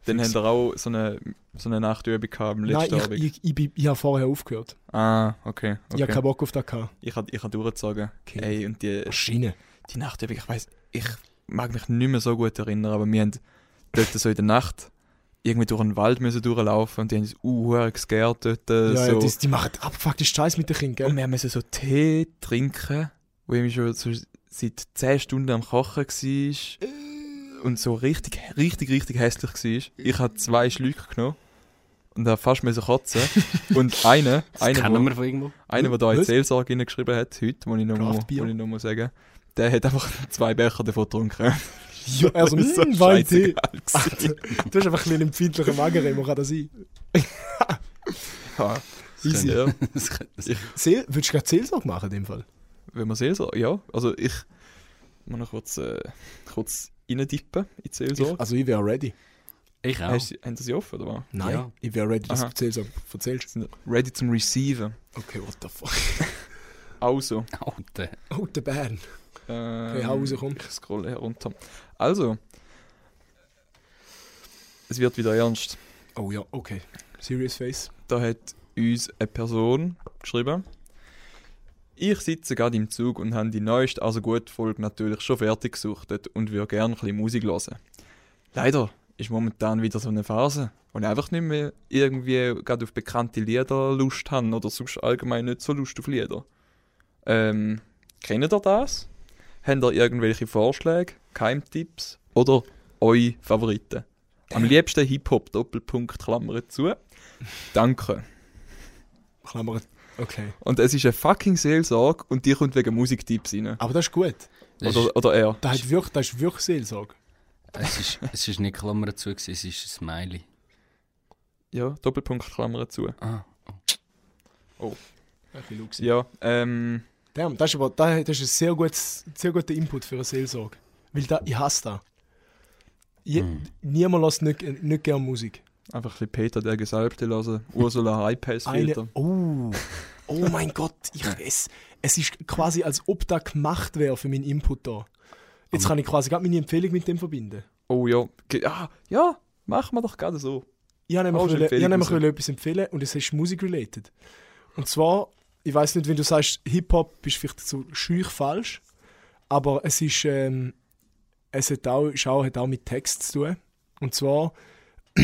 Speaker 3: Dann haben wir auch so eine, so eine Nachtübung gehabt am
Speaker 2: Nein,
Speaker 3: letzten
Speaker 2: ich,
Speaker 3: Abend.
Speaker 2: ich, ich, bin- ich habe vorher aufgehört.
Speaker 3: Ah, okay.
Speaker 2: Ich habe
Speaker 3: okay. Äh,
Speaker 2: keinen Bock auf das gehabt.
Speaker 3: Ich habe ich hab durchgezogen.
Speaker 2: Okay.
Speaker 3: Ey, und die,
Speaker 2: Maschine.
Speaker 3: die Nachtübung, ich weiß, ich mag mich nicht mehr so gut erinnern, aber wir haben dort so in der Nacht irgendwie durch den Wald müssen durchlaufen und die haben uns uh, gescared dort. äh,
Speaker 2: ja,
Speaker 3: so.
Speaker 2: ja, das, die machen abgefuckte Scheiß mit den Kindern, gell?
Speaker 3: Und wir müssen so Tee trinken, wo ich schon so seit 10 Stunden am Kochen war. Und so richtig, richtig, richtig hässlich war. Ich habe zwei Schlücke genommen und habe fast müssen kotzen. Und einer,
Speaker 1: Das
Speaker 3: einer,
Speaker 1: kennen
Speaker 3: wo,
Speaker 1: wir von irgendwo.
Speaker 3: einer, der da in die
Speaker 2: Was?
Speaker 3: Seelsorge hineingeschrieben hat, heute, muss ich noch, mal, muss
Speaker 2: Craft Beer.
Speaker 3: ich noch mal sagen, der hat einfach zwei Becher davon getrunken.
Speaker 2: Ja, also,
Speaker 3: Das ist so
Speaker 2: mm, Wein, Tee.
Speaker 3: scheissegal gewesen.
Speaker 2: Du hast einfach ein bisschen einen empfindlichen Magenremo, kann das sein?
Speaker 3: ja,
Speaker 2: Easy.
Speaker 3: ja.
Speaker 1: Das könnte- das-
Speaker 2: Seel, würdest du gerade Seelsorge machen in dem Fall?
Speaker 3: Wenn man Seelsorge, ja. Also ich muss noch kurz, äh, kurz reindippen in die Seelsorge.
Speaker 2: Ich, also ich wäre ready.
Speaker 1: Ich auch.
Speaker 3: Hast, du- haben Sie sie offen, oder was?
Speaker 2: Nein,
Speaker 1: Ja.
Speaker 2: ich wäre ready, dass
Speaker 3: Aha.
Speaker 2: du Seelsorge erzählst.
Speaker 3: Sind ready zum Receiven.
Speaker 2: Okay, what the fuck?
Speaker 3: Also.
Speaker 1: Alter.
Speaker 2: Oh, der Bern.
Speaker 3: Ähm,
Speaker 2: Okay, hau raus, komm.
Speaker 3: Ich scrolle herunter. Also. Es wird wieder ernst.
Speaker 2: Oh ja, okay. Serious Face.
Speaker 3: Da hat uns eine Person geschrieben. Ich sitze gerade im Zug und habe die neueste Also gut Folge natürlich schon fertig gesuchtet und würde gerne ein bisschen Musik hören. Leider ist momentan wieder so eine Phase, wo ich einfach nicht mehr irgendwie gerade auf bekannte Lieder Lust habe oder sonst allgemein nicht so Lust auf Lieder. Ähm, kennt ihr das? Habt ihr irgendwelche Vorschläge, Keimtipps oder eure Favoriten? Am liebsten Hip-Hop, Doppelpunkt, Klammer zu. Danke.
Speaker 2: Klammern. Okay.
Speaker 3: Und es ist eine fucking Seelsorge und die kommt wegen Musiktipps rein.
Speaker 2: Aber das ist gut.
Speaker 1: Das
Speaker 3: oder, oder er.
Speaker 2: Das, hat wirklich, das ist wirklich Seelsorge.
Speaker 1: Es ist, es ist nicht Klammer zu, gewesen, es ist ein Smiley.
Speaker 3: Ja, Doppelpunkt, Klammer zu.
Speaker 1: Ah,
Speaker 2: Ja.
Speaker 3: Ja, ähm,
Speaker 2: Damn, das ist aber das, das ist ein sehr, gutes, sehr guter Input für eine Seelsorge. Weil da, ich hasse das. Je,
Speaker 1: Mm.
Speaker 2: Niemand lässt nicht, nicht gerne Musik.
Speaker 3: einfach ein bisschen Peter der Gesalbte lassen. Ursula Highpass Filter.
Speaker 2: Eine, oh, oh mein Gott, ich, es, es ist quasi, als ob das gemacht wäre für meinen Input da. Jetzt kann ich quasi gerade meine Empfehlung mit dem verbinden.
Speaker 3: Oh ja. Ge- Ah, ja, machen wir doch gerade so.
Speaker 2: Ich habe nämlich,
Speaker 3: Haust
Speaker 2: wollen, ich
Speaker 3: Empfehlung
Speaker 2: habe nämlich
Speaker 3: raus.
Speaker 2: wollen etwas empfehlen und es ist musikrelated. Und zwar, ich weiß nicht, wenn du sagst Hip-Hop, bist du vielleicht so schüch falsch, aber es ist, ähm, es hat auch, ist auch, hat auch mit Text zu tun. Und zwar,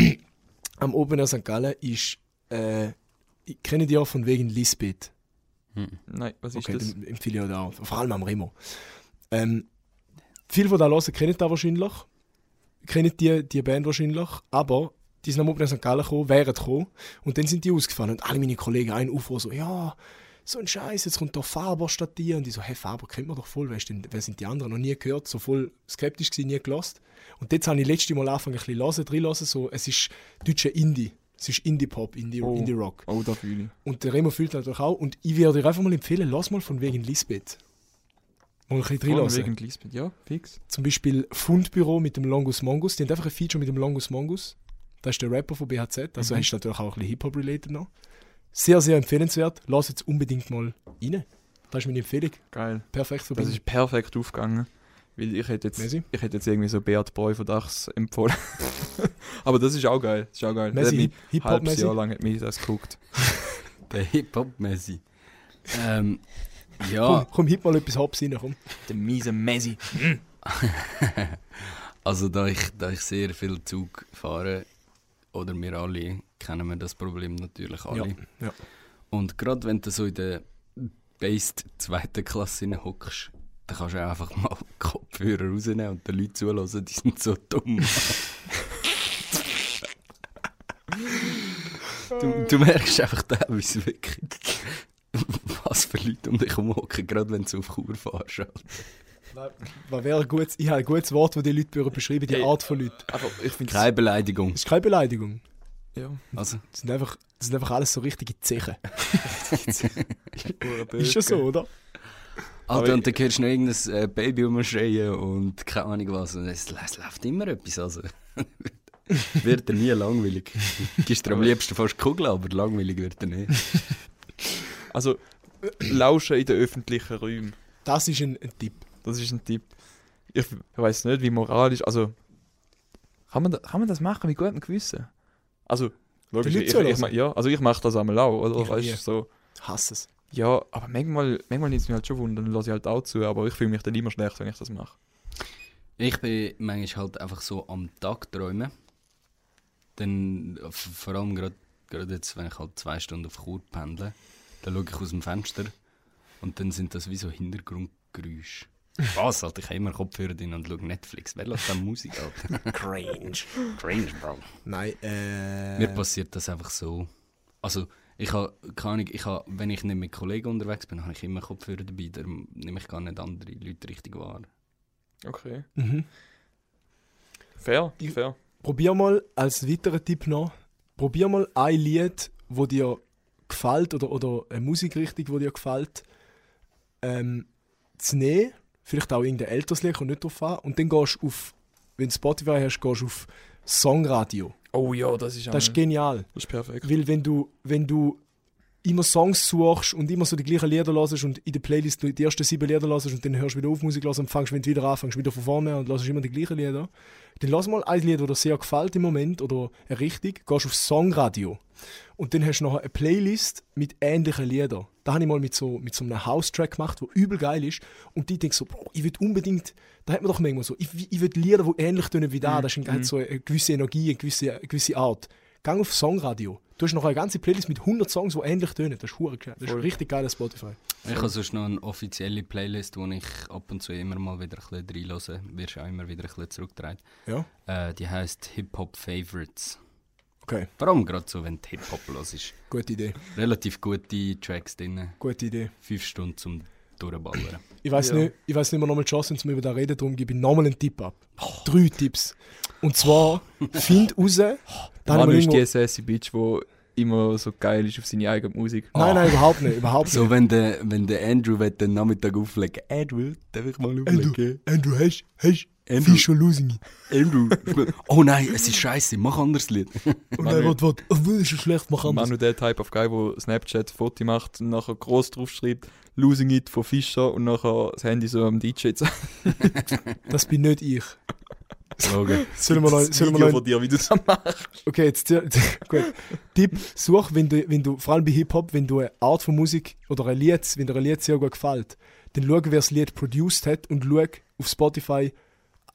Speaker 2: am Obener St. Gallen ist, äh, ich kenne die auch von wegen Lisbeth.
Speaker 3: Nein, was ist
Speaker 2: Okay,
Speaker 3: das?
Speaker 2: dann empfehle ich auch da. Vor allem am Remo. Ähm, viele, die da hören, kennen das wahrscheinlich. Kennen die, die Band wahrscheinlich. Aber die sind am Open St. Gallen gekommen, wären gekommen. Und dann sind die ausgefallen. Und alle meine Kollegen, ein Aufruhr so, ja, so ein Scheiß, jetzt kommt doch Faber statt dir. Und die so, hey, Faber kennt man doch voll. Wer, ist denn, wer sind die anderen? Noch nie gehört, so voll skeptisch gewesen, nie gelost. Und jetzt habe ich letzte Mal angefangen, ein bisschen hören, drin hören, so, es ist deutscher Indie. Es ist Indie-Pop, Indie-
Speaker 3: Oh.
Speaker 2: Indie-Rock.
Speaker 3: Oh, da fühle ich.
Speaker 2: Und der Remo fühlt natürlich auch. Und ich würde dir einfach mal empfehlen, lass mal von wegen Lisbeth. Mal ein bisschen
Speaker 3: Von
Speaker 2: reinlassen.
Speaker 3: wegen Lisbeth. Ja, fix.
Speaker 2: Zum Beispiel Fundbüro mit dem Longus Mongus. Die haben einfach ein Feature mit dem Longus Mongus. Das ist der Rapper von BHZ.
Speaker 3: Mhm.
Speaker 2: Also hast du natürlich auch ein bisschen Hip-Hop-related noch. Sehr, sehr empfehlenswert. Lass jetzt unbedingt mal rein. Das ist meine Empfehlung.
Speaker 3: Geil.
Speaker 2: Perfekt
Speaker 3: Das
Speaker 2: verbunden.
Speaker 3: ist perfekt aufgegangen. Weil ich hätte jetzt,
Speaker 2: Merci.
Speaker 3: ich hätte jetzt irgendwie so Beat Boy von Dachs empfohlen. aber das ist auch geil. Das ist auch geil. Das hat
Speaker 2: Messi,
Speaker 3: mich ein halbes
Speaker 2: Hip-Hop-mäßig.
Speaker 3: Jahr lang hat mich das geguckt.
Speaker 1: der Hip-Hop-Messi. Ähm,
Speaker 2: Komm,
Speaker 3: Ah.
Speaker 1: ja,
Speaker 2: komm, hip mal etwas Hops rein, komm.
Speaker 3: Der miese Messi.
Speaker 1: also da ich, da ich sehr viel Zug fahre, oder wir alle, kennen wir das Problem natürlich alle.
Speaker 2: Ja, ja.
Speaker 1: Und gerade wenn du so in der Based zweiten Klasse hockst, dann kannst du auch einfach mal Kopfhörer rausnehmen und den Leuten zuhören, die sind so dumm. du, du merkst einfach teilweise wirklich, was für Leute um dich herum hocken, gerade wenn du auf Chur fährst. Alter.
Speaker 2: Was wäre ein gutes, ich habe ein gutes Wort, das die Leute würden beschreiben, die
Speaker 3: Ey.
Speaker 2: Art von Leuten.
Speaker 3: Aber ich finde
Speaker 1: Keine Beleidigung.
Speaker 2: Das ist keine Beleidigung.
Speaker 3: Ja.
Speaker 1: Also,
Speaker 2: Das sind einfach, das sind einfach alles so richtige Zechen. Ist ja so, oder?
Speaker 1: Alter,
Speaker 3: Aber
Speaker 1: und dann hörst du noch irgendein äh, Baby rumschreien und keine Ahnung was. Und es, es läuft immer etwas. Also. Wird er nie langweilig. Gibst dir am liebsten fast Kugeln, aber langweilig wird er nicht.
Speaker 3: Also, lauschen in den öffentlichen Räumen.
Speaker 2: Das ist ein, ein Tipp.
Speaker 3: Das ist ein Tipp. Ich weiß nicht, wie moralisch. Also, kann man, da, kann man das machen mit gutem Gewissen? Also, logisch,
Speaker 2: Leute
Speaker 3: ich, ich,
Speaker 2: zuhören.
Speaker 3: ich, ma- ja, also ich mache das einmal auch, oder?
Speaker 2: Ich
Speaker 3: weißt
Speaker 2: nie.
Speaker 3: du, so.
Speaker 2: Hass es.
Speaker 3: Ja, aber manchmal, manchmal nimmt es mich halt schon wunder, dann lasse ich halt auch zu, aber ich fühle mich dann immer schlecht, wenn ich das mache.
Speaker 1: Ich bin manchmal halt einfach so am Tag träumen. Dann, v- vor allem gerade gerade jetzt, wenn ich halt zwei Stunden auf Chur pendle, dann schaue ich aus dem Fenster und dann sind das wie so Hintergrundgeräusche. Was, Alter? Ich habe immer Kopfhörer drin und schaue Netflix. Wer lässt denn Musik, Alter?
Speaker 2: Cringe.
Speaker 1: Cringe, Bro.
Speaker 2: Nein, äh.
Speaker 1: Mir passiert das einfach so. Also, ich habe keine Ahnung, ich habe, wenn ich nicht mit Kollegen unterwegs bin, habe ich immer Kopfhörer dabei, darum nehme ich gar nicht andere Leute richtig wahr.
Speaker 3: Okay.
Speaker 2: Mhm.
Speaker 3: Fair,
Speaker 2: Die-
Speaker 3: fair.
Speaker 2: Probier mal als weiteren Tipp noch. Probier mal ein Lied, wo dir gefällt oder, oder eine Musikrichtung, wo dir gefällt, ähm, zu nehmen. Vielleicht auch irgendein älteres Lied, kommt nicht drauf an. Und dann gehst du auf, wenn du Spotify hast, gehst du auf Songradio.
Speaker 3: Oh ja, das ist
Speaker 2: Das ist genial.
Speaker 3: das ist perfekt.
Speaker 2: Weil wenn du, wenn du immer Songs suchst und immer so die gleichen Lieder hörst und in der Playlist nur die ersten sieben Lieder hörst und dann hörst du wieder auf Musik hören und fängst, wenn du wieder anfängst, wieder von vorne an und hörst immer die gleichen Lieder, dann lass mal ein Lied, das dir sehr gefällt im Moment oder eine Richtung, gehst auf Songradio und dann hast du nachher eine Playlist mit ähnlichen Liedern. Da habe ich mal mit so, mit so einem House-Track gemacht, der übel geil ist und die denken so, boah, ich will unbedingt, da hat man doch manchmal so, ich, ich will Lieder, die ähnlich tönen wie da, das ist ein, so eine gewisse Energie, eine gewisse, eine gewisse Art. Gang auf Songradio. Du hast noch eine ganze Playlist mit 100 Songs, die ähnlich tönen. Das ist hure geil. Das ist
Speaker 3: Voll.
Speaker 2: richtig geiles Spotify.
Speaker 1: Ich habe sonst noch eine offizielle Playlist, wo ich ab und zu immer mal wieder ein bisschen reinhöre. Wirst auch immer wieder ein bisschen zurückgedreht.
Speaker 2: Ja.
Speaker 1: Äh, die heisst Hip-Hop Favorites.
Speaker 2: Okay,
Speaker 1: Vor allem gerade so, wenn du Hip-Hop hörst.
Speaker 2: gute Idee.
Speaker 1: Relativ gute Tracks drin.
Speaker 2: Gute Idee.
Speaker 1: Fünf Stunden zum Durchballern.
Speaker 2: Ich weiß
Speaker 3: Ja.
Speaker 2: nicht, ich weiß nicht mehr nochmal die Chance, um über da reden, darum gebe ich nochmal einen Tipp ab. Drei Tipps. Und zwar, find raus. da habe ich
Speaker 3: Manu
Speaker 2: mal
Speaker 3: ist die
Speaker 2: irgendwo-
Speaker 3: sassy Bitch, die immer so geil ist auf seine eigene Musik. Ah.
Speaker 2: Nein, nein, überhaupt nicht. Überhaupt
Speaker 1: so, wenn der, wenn der Andrew will, den Nachmittag auflegen Andrew, darf ich mal auflegen?
Speaker 2: nicht. Andrew, hast hast
Speaker 1: Andrew.
Speaker 2: Fisch und losing.
Speaker 1: Andrew, spiel- oh nein, es ist scheiße, mach anderes Lied.
Speaker 2: Und
Speaker 3: Manu-
Speaker 2: er wird, wird, oh, das ist schlecht, mach anders.
Speaker 3: Manu, der Type of Guy, der Snapchat Foto macht und nachher groß draufschreibt, Losing It von Fischer und nachher das Handy so am DJ zeigt.
Speaker 2: Das bin nicht ich.
Speaker 1: Logan.
Speaker 2: Sollen wir noch,
Speaker 3: Das
Speaker 2: sollen wir
Speaker 3: Video
Speaker 2: noch
Speaker 3: von dir, wie du das machst.
Speaker 2: Okay, jetzt gut. Tipp, such, wenn du, wenn du, vor allem bei Hip-Hop, wenn du eine Art von Musik oder ein Lied, wenn dir ein Lied sehr gut gefällt, dann schau, wer das Lied produced hat und schau auf Spotify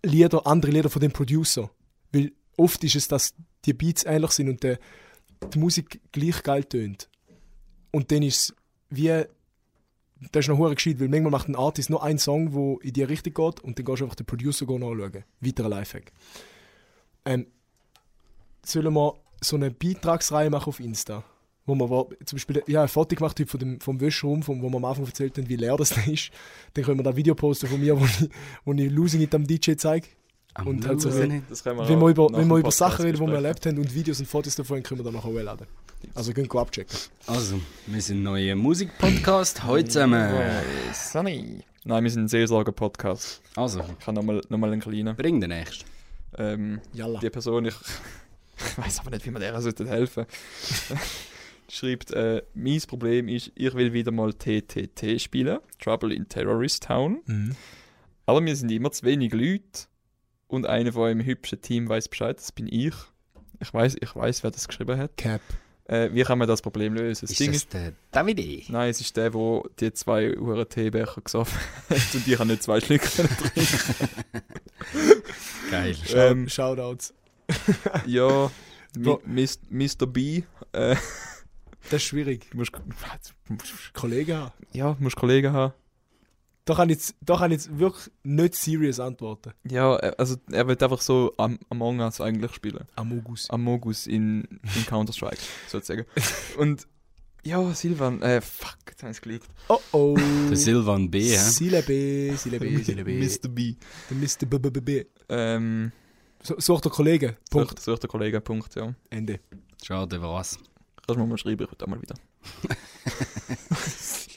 Speaker 2: Lieder, andere Lieder von dem Producer. Weil oft ist es, dass die Beats ähnlich sind und der, die Musik gleich geil tönt. Und dann ist es wie. Das ist noch hure gescheit, weil manchmal macht ein Artist nur einen Song, der in die Richtung geht und dann gehst du einfach den Producer go anschauen. Weiterer Lifehack. Ähm, sollen wir so eine Beitragsreihe machen auf Insta? Wo man war, zum Beispiel, ich habe ein Foto gemacht heute von dem, vom Wäschraum, vom, wo wir am Anfang erzählt haben, wie leer das da ist. Dann können wir da ein Video posten von mir, wo ich, wo ich Losing It am DJ zeige. Und halt so-
Speaker 3: Das können
Speaker 2: Wenn wir über,
Speaker 3: nach
Speaker 2: wenn
Speaker 3: dem
Speaker 2: wir über
Speaker 3: Podcast
Speaker 2: Sachen reden, die wir
Speaker 3: besprechen.
Speaker 2: erlebt haben und Videos und Fotos davon, können wir dann nachher hochladen. Also gehen wir abchecken.
Speaker 1: Also, wir sind ein neuer Musikpodcast. Heute zusammen.
Speaker 3: Sunny. Nein, wir sind ein Seelsorger-Podcast.
Speaker 1: Also,
Speaker 3: Ich habe nochmal noch mal einen kleinen.
Speaker 1: bring den nächsten.
Speaker 3: Ähm,
Speaker 2: Jalla.
Speaker 3: die Person, ich, ich weiß aber nicht, wie man der sollte helfen schreibt, äh, mein Problem ist, ich will wieder mal TTT spielen, Trouble in Terrorist Town,
Speaker 2: Mhm.
Speaker 3: aber wir sind immer zu wenig Leute und einer von eurem hübschen Team weiß Bescheid, das bin ich. Ich weiß, ich weiß, wer das geschrieben hat.
Speaker 2: Cap.
Speaker 3: Äh, wie kann man das Problem lösen? Das
Speaker 1: Ist
Speaker 3: Ding
Speaker 1: das der Davide?
Speaker 3: Nein, es ist der, wo die zwei Uhren Teebecher gesoffen hat und ich habe nicht zwei Schlücke trinken.
Speaker 1: Geil.
Speaker 3: Ähm,
Speaker 2: Shoutouts.
Speaker 3: ja, mi-
Speaker 2: Bro.
Speaker 3: Mis- Mr. B. äh,
Speaker 2: Das ist schwierig.
Speaker 3: Du musst,
Speaker 2: Kollege haben.
Speaker 3: ja, du musst Kollegen haben.
Speaker 2: Da kann ich, jetzt- da kann ich jetzt wirklich nicht serious antworten.
Speaker 3: Ja, äh, also er wird einfach so am Among Us eigentlich spielen.
Speaker 2: Amogus.
Speaker 3: Amogus in, in Counter-Strike, sozusagen. Und ja, Silvan, äh, fuck, jetzt habe ich es gelegt.
Speaker 2: Oh oh.
Speaker 1: Der Silvan B, hä?
Speaker 2: Sile B, Sile B, Sile B.
Speaker 3: Mr. B.
Speaker 2: Der Mr. B, B, B, B.
Speaker 3: Ähm,
Speaker 2: So- Such den Kollegen. Punkt.
Speaker 3: Punkt. Sucht der Kollege, Punkt, ja.
Speaker 2: Ende.
Speaker 1: Schade, was?
Speaker 3: Kannst du mir mal schreiben, ich will da mal wieder.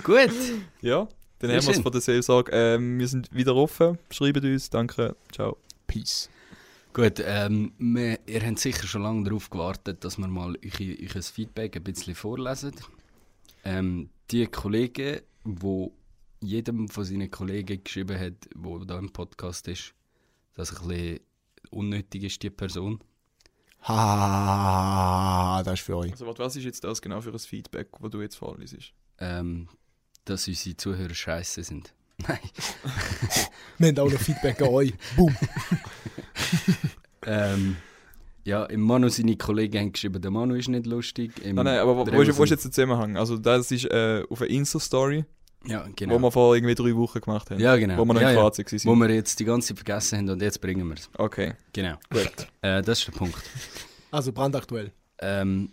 Speaker 1: Gut.
Speaker 3: Ja,
Speaker 1: Sehr
Speaker 3: dann haben wir es
Speaker 1: schön.
Speaker 3: von der Seelsorge. Ähm, wir sind wieder offen. Schreibt uns. Danke. Ciao.
Speaker 2: Peace.
Speaker 1: Gut, ähm, wir, ihr habt sicher schon lange darauf gewartet, dass wir mal euch, euch Feedback ein bisschen vorlesen. Ähm, die Kollegen, wo jedem von seinen Kollegen geschrieben hat, wo da im Podcast ist, dass ein bisschen unnötig ist, die Person.
Speaker 2: Ha, das ist für euch.
Speaker 3: Also, warte, was ist jetzt das genau für ein Feedback, das du jetzt vorliest?
Speaker 1: ähm, dass unsere Zuhörer scheiße sind. Nein.
Speaker 2: Wir haben auch noch Feedback an euch. Boom.
Speaker 1: ähm, ja, im Manu seine Kollegen haben geschrieben, der Manu ist nicht lustig. Im
Speaker 3: Ah, Nein, nein, aber wo,
Speaker 1: der
Speaker 3: wo, ist,
Speaker 1: Revo
Speaker 3: wo ist
Speaker 1: sind-
Speaker 3: jetzt der Zusammenhang? Also, das ist äh, auf eine Insta-Story,
Speaker 1: Ja,
Speaker 3: wo
Speaker 1: genau.
Speaker 3: wir vor irgendwie drei Wochen gemacht haben.
Speaker 1: ja, genau.
Speaker 3: Wo wir noch
Speaker 1: ja,
Speaker 3: in
Speaker 1: ja.
Speaker 3: Kroatien waren.
Speaker 1: Wo wir jetzt die ganze Zeit vergessen haben und jetzt bringen wir es.
Speaker 3: Okay,
Speaker 1: Genau.
Speaker 3: gut.
Speaker 1: Äh, das ist der Punkt.
Speaker 2: Also brandaktuell.
Speaker 1: Ähm,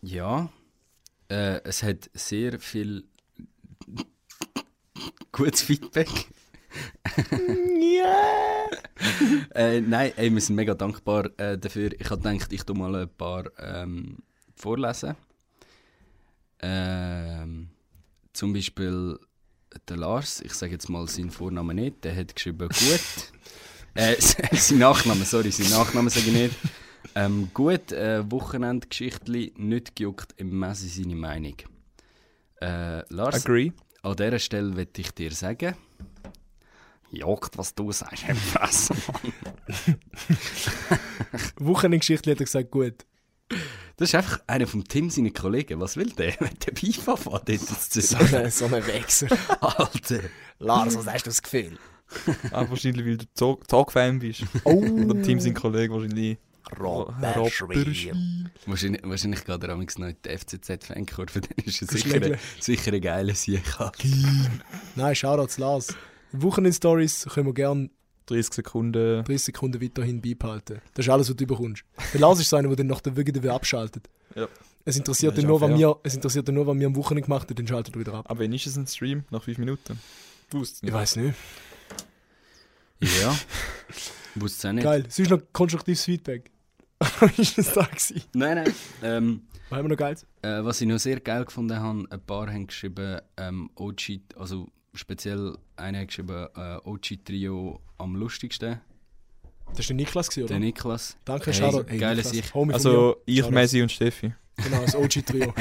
Speaker 1: ja, äh, es hat sehr viel gutes Feedback. äh, nein, ey, wir sind mega dankbar äh, dafür. Ich habe gedacht, ich tu mal ein paar ähm, vorlesen. Ähm, zum Beispiel der Lars, ich sage jetzt mal seinen Vornamen nicht, der hat geschrieben gut. äh, sein Nachname, sorry, sein Nachname sage ich nicht. Ähm, gut, äh, Wochenendgeschichtli, nicht gejuckt, im Messi seine Meinung. Äh, Lars,
Speaker 3: Agree.
Speaker 1: an dieser Stelle möchte ich dir sagen, juckt, was du sagst, im Fresse.
Speaker 2: Wochenendgeschichte hat er gesagt, gut.
Speaker 1: Das ist einfach einer vom Tim, seine Kollegen. Was will der? Mit der FIFA fährt jetzt zu sagen.
Speaker 2: ein, so ein Wechsel.
Speaker 1: Alter.
Speaker 2: Lars, was hast du das Gefühl?
Speaker 3: Ah, wahrscheinlich, weil du Zog- Zog-Fan bist.
Speaker 2: Oh,
Speaker 3: Und am Team sind Kollegen wahrscheinlich. Robert
Speaker 1: Wahrscheinlich, wahrscheinlich geht er amigs noch in die FCZ-Fankurve, dann ist er sicher,
Speaker 2: Schlägle.
Speaker 1: sicher ein geiler Sieg. Alter.
Speaker 2: Nein, Shoutouts, Lars. Wochenend-Stories können wir gerne
Speaker 3: 30 Sekunden.
Speaker 2: 30 Sekunden weiterhin beibehalten. Das ist alles, was du bekommst. Der Lars ist so einer, der dann nach der Wirkung wieder abschaltet.
Speaker 3: Ja.
Speaker 2: Es
Speaker 3: Das
Speaker 2: interessiert
Speaker 3: ist
Speaker 2: ihn nur,
Speaker 3: auch
Speaker 2: was
Speaker 3: fair.
Speaker 2: wir, es interessiert ihn nur, was wir am Wochenende gemacht haben, dann schaltet er wieder ab.
Speaker 3: Aber wann ist es ein Stream? Nach 5 Minuten? Du wusstest
Speaker 2: Ich weiß nicht.
Speaker 1: Ja. Wusste es auch nicht.
Speaker 2: Geil. Es ist noch konstruktives Feedback. ist das da gewesen?
Speaker 1: Nein, nein. Ähm,
Speaker 2: Was haben wir noch geil?
Speaker 1: Äh, was ich noch sehr geil gefunden habe, ein paar haben geschrieben, ähm, OG, also speziell einer hat geschrieben, äh, OG Trio am lustigsten,
Speaker 2: Das war der Niklas, gewesen, oder?
Speaker 1: der Niklas.
Speaker 2: Danke,
Speaker 1: Hey,
Speaker 2: Shoutout.
Speaker 1: hey,
Speaker 2: Niklas.
Speaker 1: geiles Ich.
Speaker 2: Homie von mir.
Speaker 3: Also, ich,
Speaker 2: Shoutouts.
Speaker 3: Messi und Steffi.
Speaker 2: Genau, das OG-Trio.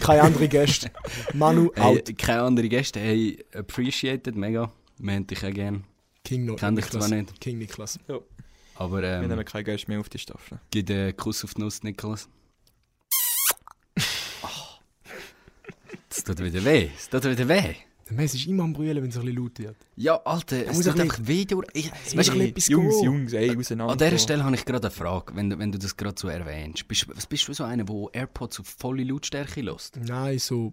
Speaker 2: Keine anderen Gäste. Manu,
Speaker 1: Hey,
Speaker 2: out.
Speaker 1: keine anderen Gäste, hey, appreciated, mega. Wir hätten dich auch gerne.
Speaker 2: King noch.
Speaker 1: Kenn dich zwar nicht,
Speaker 2: King Niklas.
Speaker 1: aber
Speaker 3: Wir
Speaker 1: ähm,
Speaker 3: nehmen keinen Geist mehr auf die Staffel.
Speaker 1: gib einen Kuss auf die Nuss, Niklas. Oh. Das tut wieder weh, das tut wieder weh.
Speaker 2: Der Messi ist immer am Brüllen, wenn es ein bisschen laut wird.
Speaker 1: Ja, Alter, es
Speaker 2: muss
Speaker 1: tut
Speaker 2: ein
Speaker 1: einfach weh durch. Ich,
Speaker 2: muss
Speaker 1: weißt du,
Speaker 2: ein bisschen- Bis
Speaker 3: Jungs,
Speaker 2: go.
Speaker 3: Jungs, ey, auseinander.
Speaker 1: An dieser Stelle habe ich gerade eine Frage, wenn, du- wenn du das gerade so erwähnst. Bist, was bist du so einer, der AirPods auf volle Lautstärke lässt?
Speaker 2: Nein, so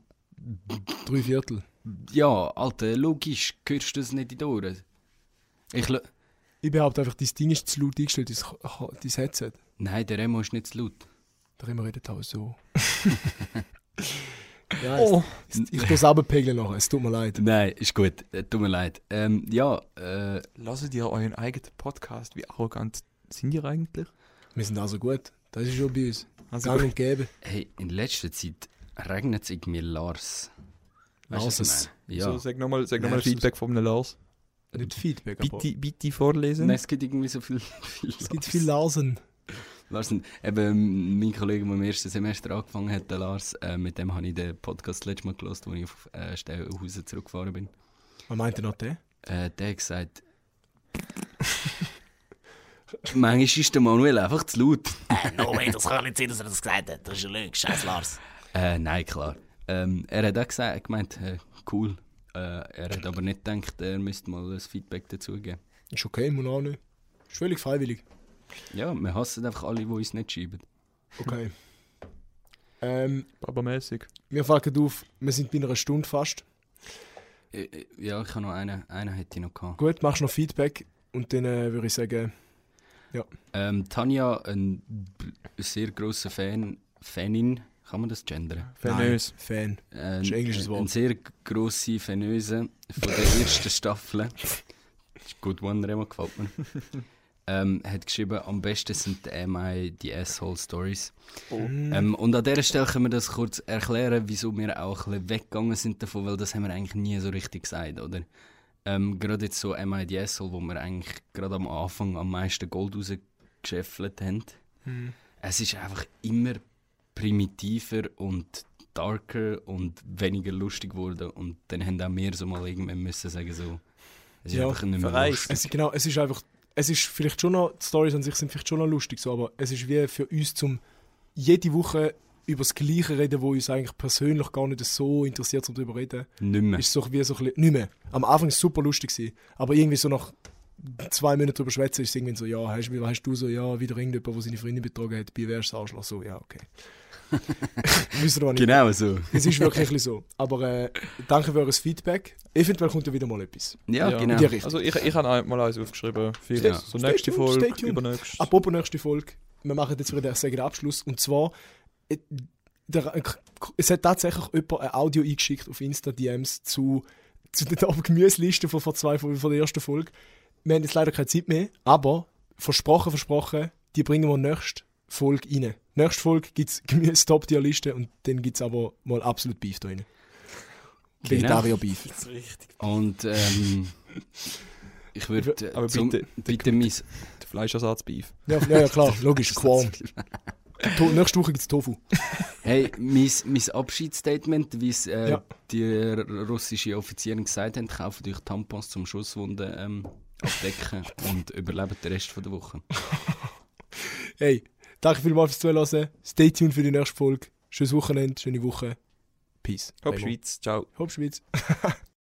Speaker 2: drei Viertel.
Speaker 1: Ja, Alter, logisch, hörst du das nicht in die Ohren. Ich lö-
Speaker 2: Ich behaupte einfach, dein Ding ist zu laut eingestellt, dein, Ho- dein Headset.
Speaker 1: Nein, der Remo ist nicht zu laut.
Speaker 2: Darüber redet auch so. ja,
Speaker 1: Oh.
Speaker 3: Oh.
Speaker 2: es, es, ich tue es runterpegeln nachher, es tut mir leid.
Speaker 1: Nein, ist gut, äh, tut mir leid. Ähm, ja, äh,
Speaker 3: Lasst ihr euren eigenen Podcast? Wie arrogant sind ihr eigentlich?
Speaker 2: Wir sind also gut. Das ist schon bei uns.
Speaker 3: Also,
Speaker 2: Gang und gäbe.
Speaker 1: hey, in letzter Zeit regnet es irgendwie Lars. Weißt du, was ich
Speaker 2: Lars
Speaker 1: meine?
Speaker 3: so, sag nochmal sag noch mal
Speaker 2: Nervst du
Speaker 3: Feedback von Lars.
Speaker 2: Nicht Feedback, aber
Speaker 3: Bitte, bitte
Speaker 1: Ja.
Speaker 3: vorlesen.
Speaker 1: Nein, es gibt irgendwie so viel, viel
Speaker 2: es gibt viel Larsen.
Speaker 1: Lars, und eben mein Kollege, der im ersten Semester angefangen hat, der Lars, äh, mit dem habe ich den Podcast letztes Mal gehört, als ich auf äh, Stellhausen zurückgefahren bin.
Speaker 2: Was meint ihr noch der?
Speaker 1: Äh, der hat gesagt... Manchmal ist der Manuel einfach zu laut.
Speaker 4: No way, das kann nicht sein, dass er das gesagt hat. Das ist eine Lüge. Scheiß Lars.
Speaker 1: Äh, nein, klar. Ähm, er hat auch gesagt, gemeint, äh, cool. Äh, er hat aber nicht gedacht, er müsste mal ein Feedback dazugeben.
Speaker 2: Ist okay, muss auch nicht. Ist völlig freiwillig.
Speaker 1: Ja, wir hassen einfach alle, die uns nicht schreiben.
Speaker 2: Okay. ähm,
Speaker 3: Babamäßig.
Speaker 2: wir fangen auf, wir sind bei einer Stunde fast.
Speaker 1: Äh, äh, ja, ich habe noch einen. Einen hätte ich noch gehabt.
Speaker 2: Gut, machst noch Feedback und dann äh, würde ich sagen,
Speaker 1: Ähm, Tanja, ein b- sehr großer Fan, Fanin, kann man das gendern?
Speaker 3: Fanös.
Speaker 2: nein, Fan.
Speaker 1: Ein,
Speaker 2: ist ein englisches Wort.
Speaker 1: Eine sehr grosse Fanöse von der ersten Staffel. Ist Good one, Remo, gefällt mir. ähm, hat geschrieben, am besten sind die MI die Asshole-Stories.
Speaker 2: Mm.
Speaker 1: Ähm, und an dieser Stelle können wir das kurz erklären, wieso wir auch ein bisschen weggegangen sind davon, weil das haben wir eigentlich nie so richtig gesagt, oder? Ähm, gerade jetzt so MIDSL, wo wir eigentlich gerade am Anfang am meisten Gold rausgeschäffelt haben. Es ist einfach immer primitiver und darker und weniger lustig geworden. Und dann haben auch wir so mal irgendwann müssen sagen, so, es ist
Speaker 2: Ja,
Speaker 1: einfach nicht mehr
Speaker 5: verreist.
Speaker 1: lustig.
Speaker 2: Es, ist- genau, es ist einfach, es ist vielleicht schon noch, die Stories an sich sind vielleicht schon noch lustig, so, aber es ist wie für uns zum jede Woche über das Gleiche reden, wo uns eigentlich persönlich gar nicht so interessiert, um darüber zu reden.
Speaker 1: Nicht mehr.
Speaker 2: Ist so wie so ein bisschen, nicht mehr. Am Anfang war es super lustig, gewesen, aber irgendwie so nach zwei Minuten drüber schwätzen, ist es irgendwie so, ja, hast, wie- hast du so, ja, wieder irgendjemand, der seine Freundin betrogen hat, bei wer ist das Arschloch? So, ja, okay. Wisst ihr, was ich
Speaker 1: Genau so.
Speaker 2: Es ist wirklich ein bisschen so. Aber äh, danke für eures Feedback. Eventuell kommt ja wieder mal etwas.
Speaker 1: Ja,
Speaker 5: Ja.
Speaker 1: genau.
Speaker 2: In die Richtung.
Speaker 5: Also ich, ich habe auch mal eins aufgeschrieben. Für
Speaker 1: Ja.
Speaker 5: so
Speaker 2: Stay
Speaker 5: nächste
Speaker 2: tuned,
Speaker 5: Folge,
Speaker 2: stay tuned.
Speaker 5: übernächste.
Speaker 2: Apropos nächste Folge. Wir machen jetzt wieder den Segen Abschluss. Und zwar, äh, der, es hat tatsächlich jemand ein Audio eingeschickt auf Insta-DMs zu, zu den Gemüselisten von, vor zwei, von von der ersten Folge. Wir haben jetzt leider keine Zeit mehr, aber versprochen, versprochen, die bringen wir nächste Folge rein. Nächste Folge gibt es Gemüse-Top-Tier-Liste und dann gibt es aber mal absolut Beef da rein. Vegetarier-Beef.
Speaker 5: richtig.
Speaker 1: Und ähm, ich würde
Speaker 3: Aber
Speaker 1: äh, zum-
Speaker 3: bitte-
Speaker 1: bitte mein
Speaker 3: Der Fleischersatzbeef.
Speaker 2: Ja, ja, ja klar, logisch, Qualm. To nächste Woche gibt es Tofu.
Speaker 1: Hey, mein, mein Abschiedsstatement, wie es äh,
Speaker 2: Ja.
Speaker 1: die r- russischen Offiziere gesagt haben, kauft euch Tampons zum Schusswunden ähm, abdecken und überlebt den Rest von der Woche.
Speaker 2: Hey, danke vielmals fürs Zuhören. Stay tuned für die nächste Folge. Schönes Wochenende, schöne Woche. Peace.
Speaker 3: Hopp Schweiz, ciao.
Speaker 2: Hopp Schweiz.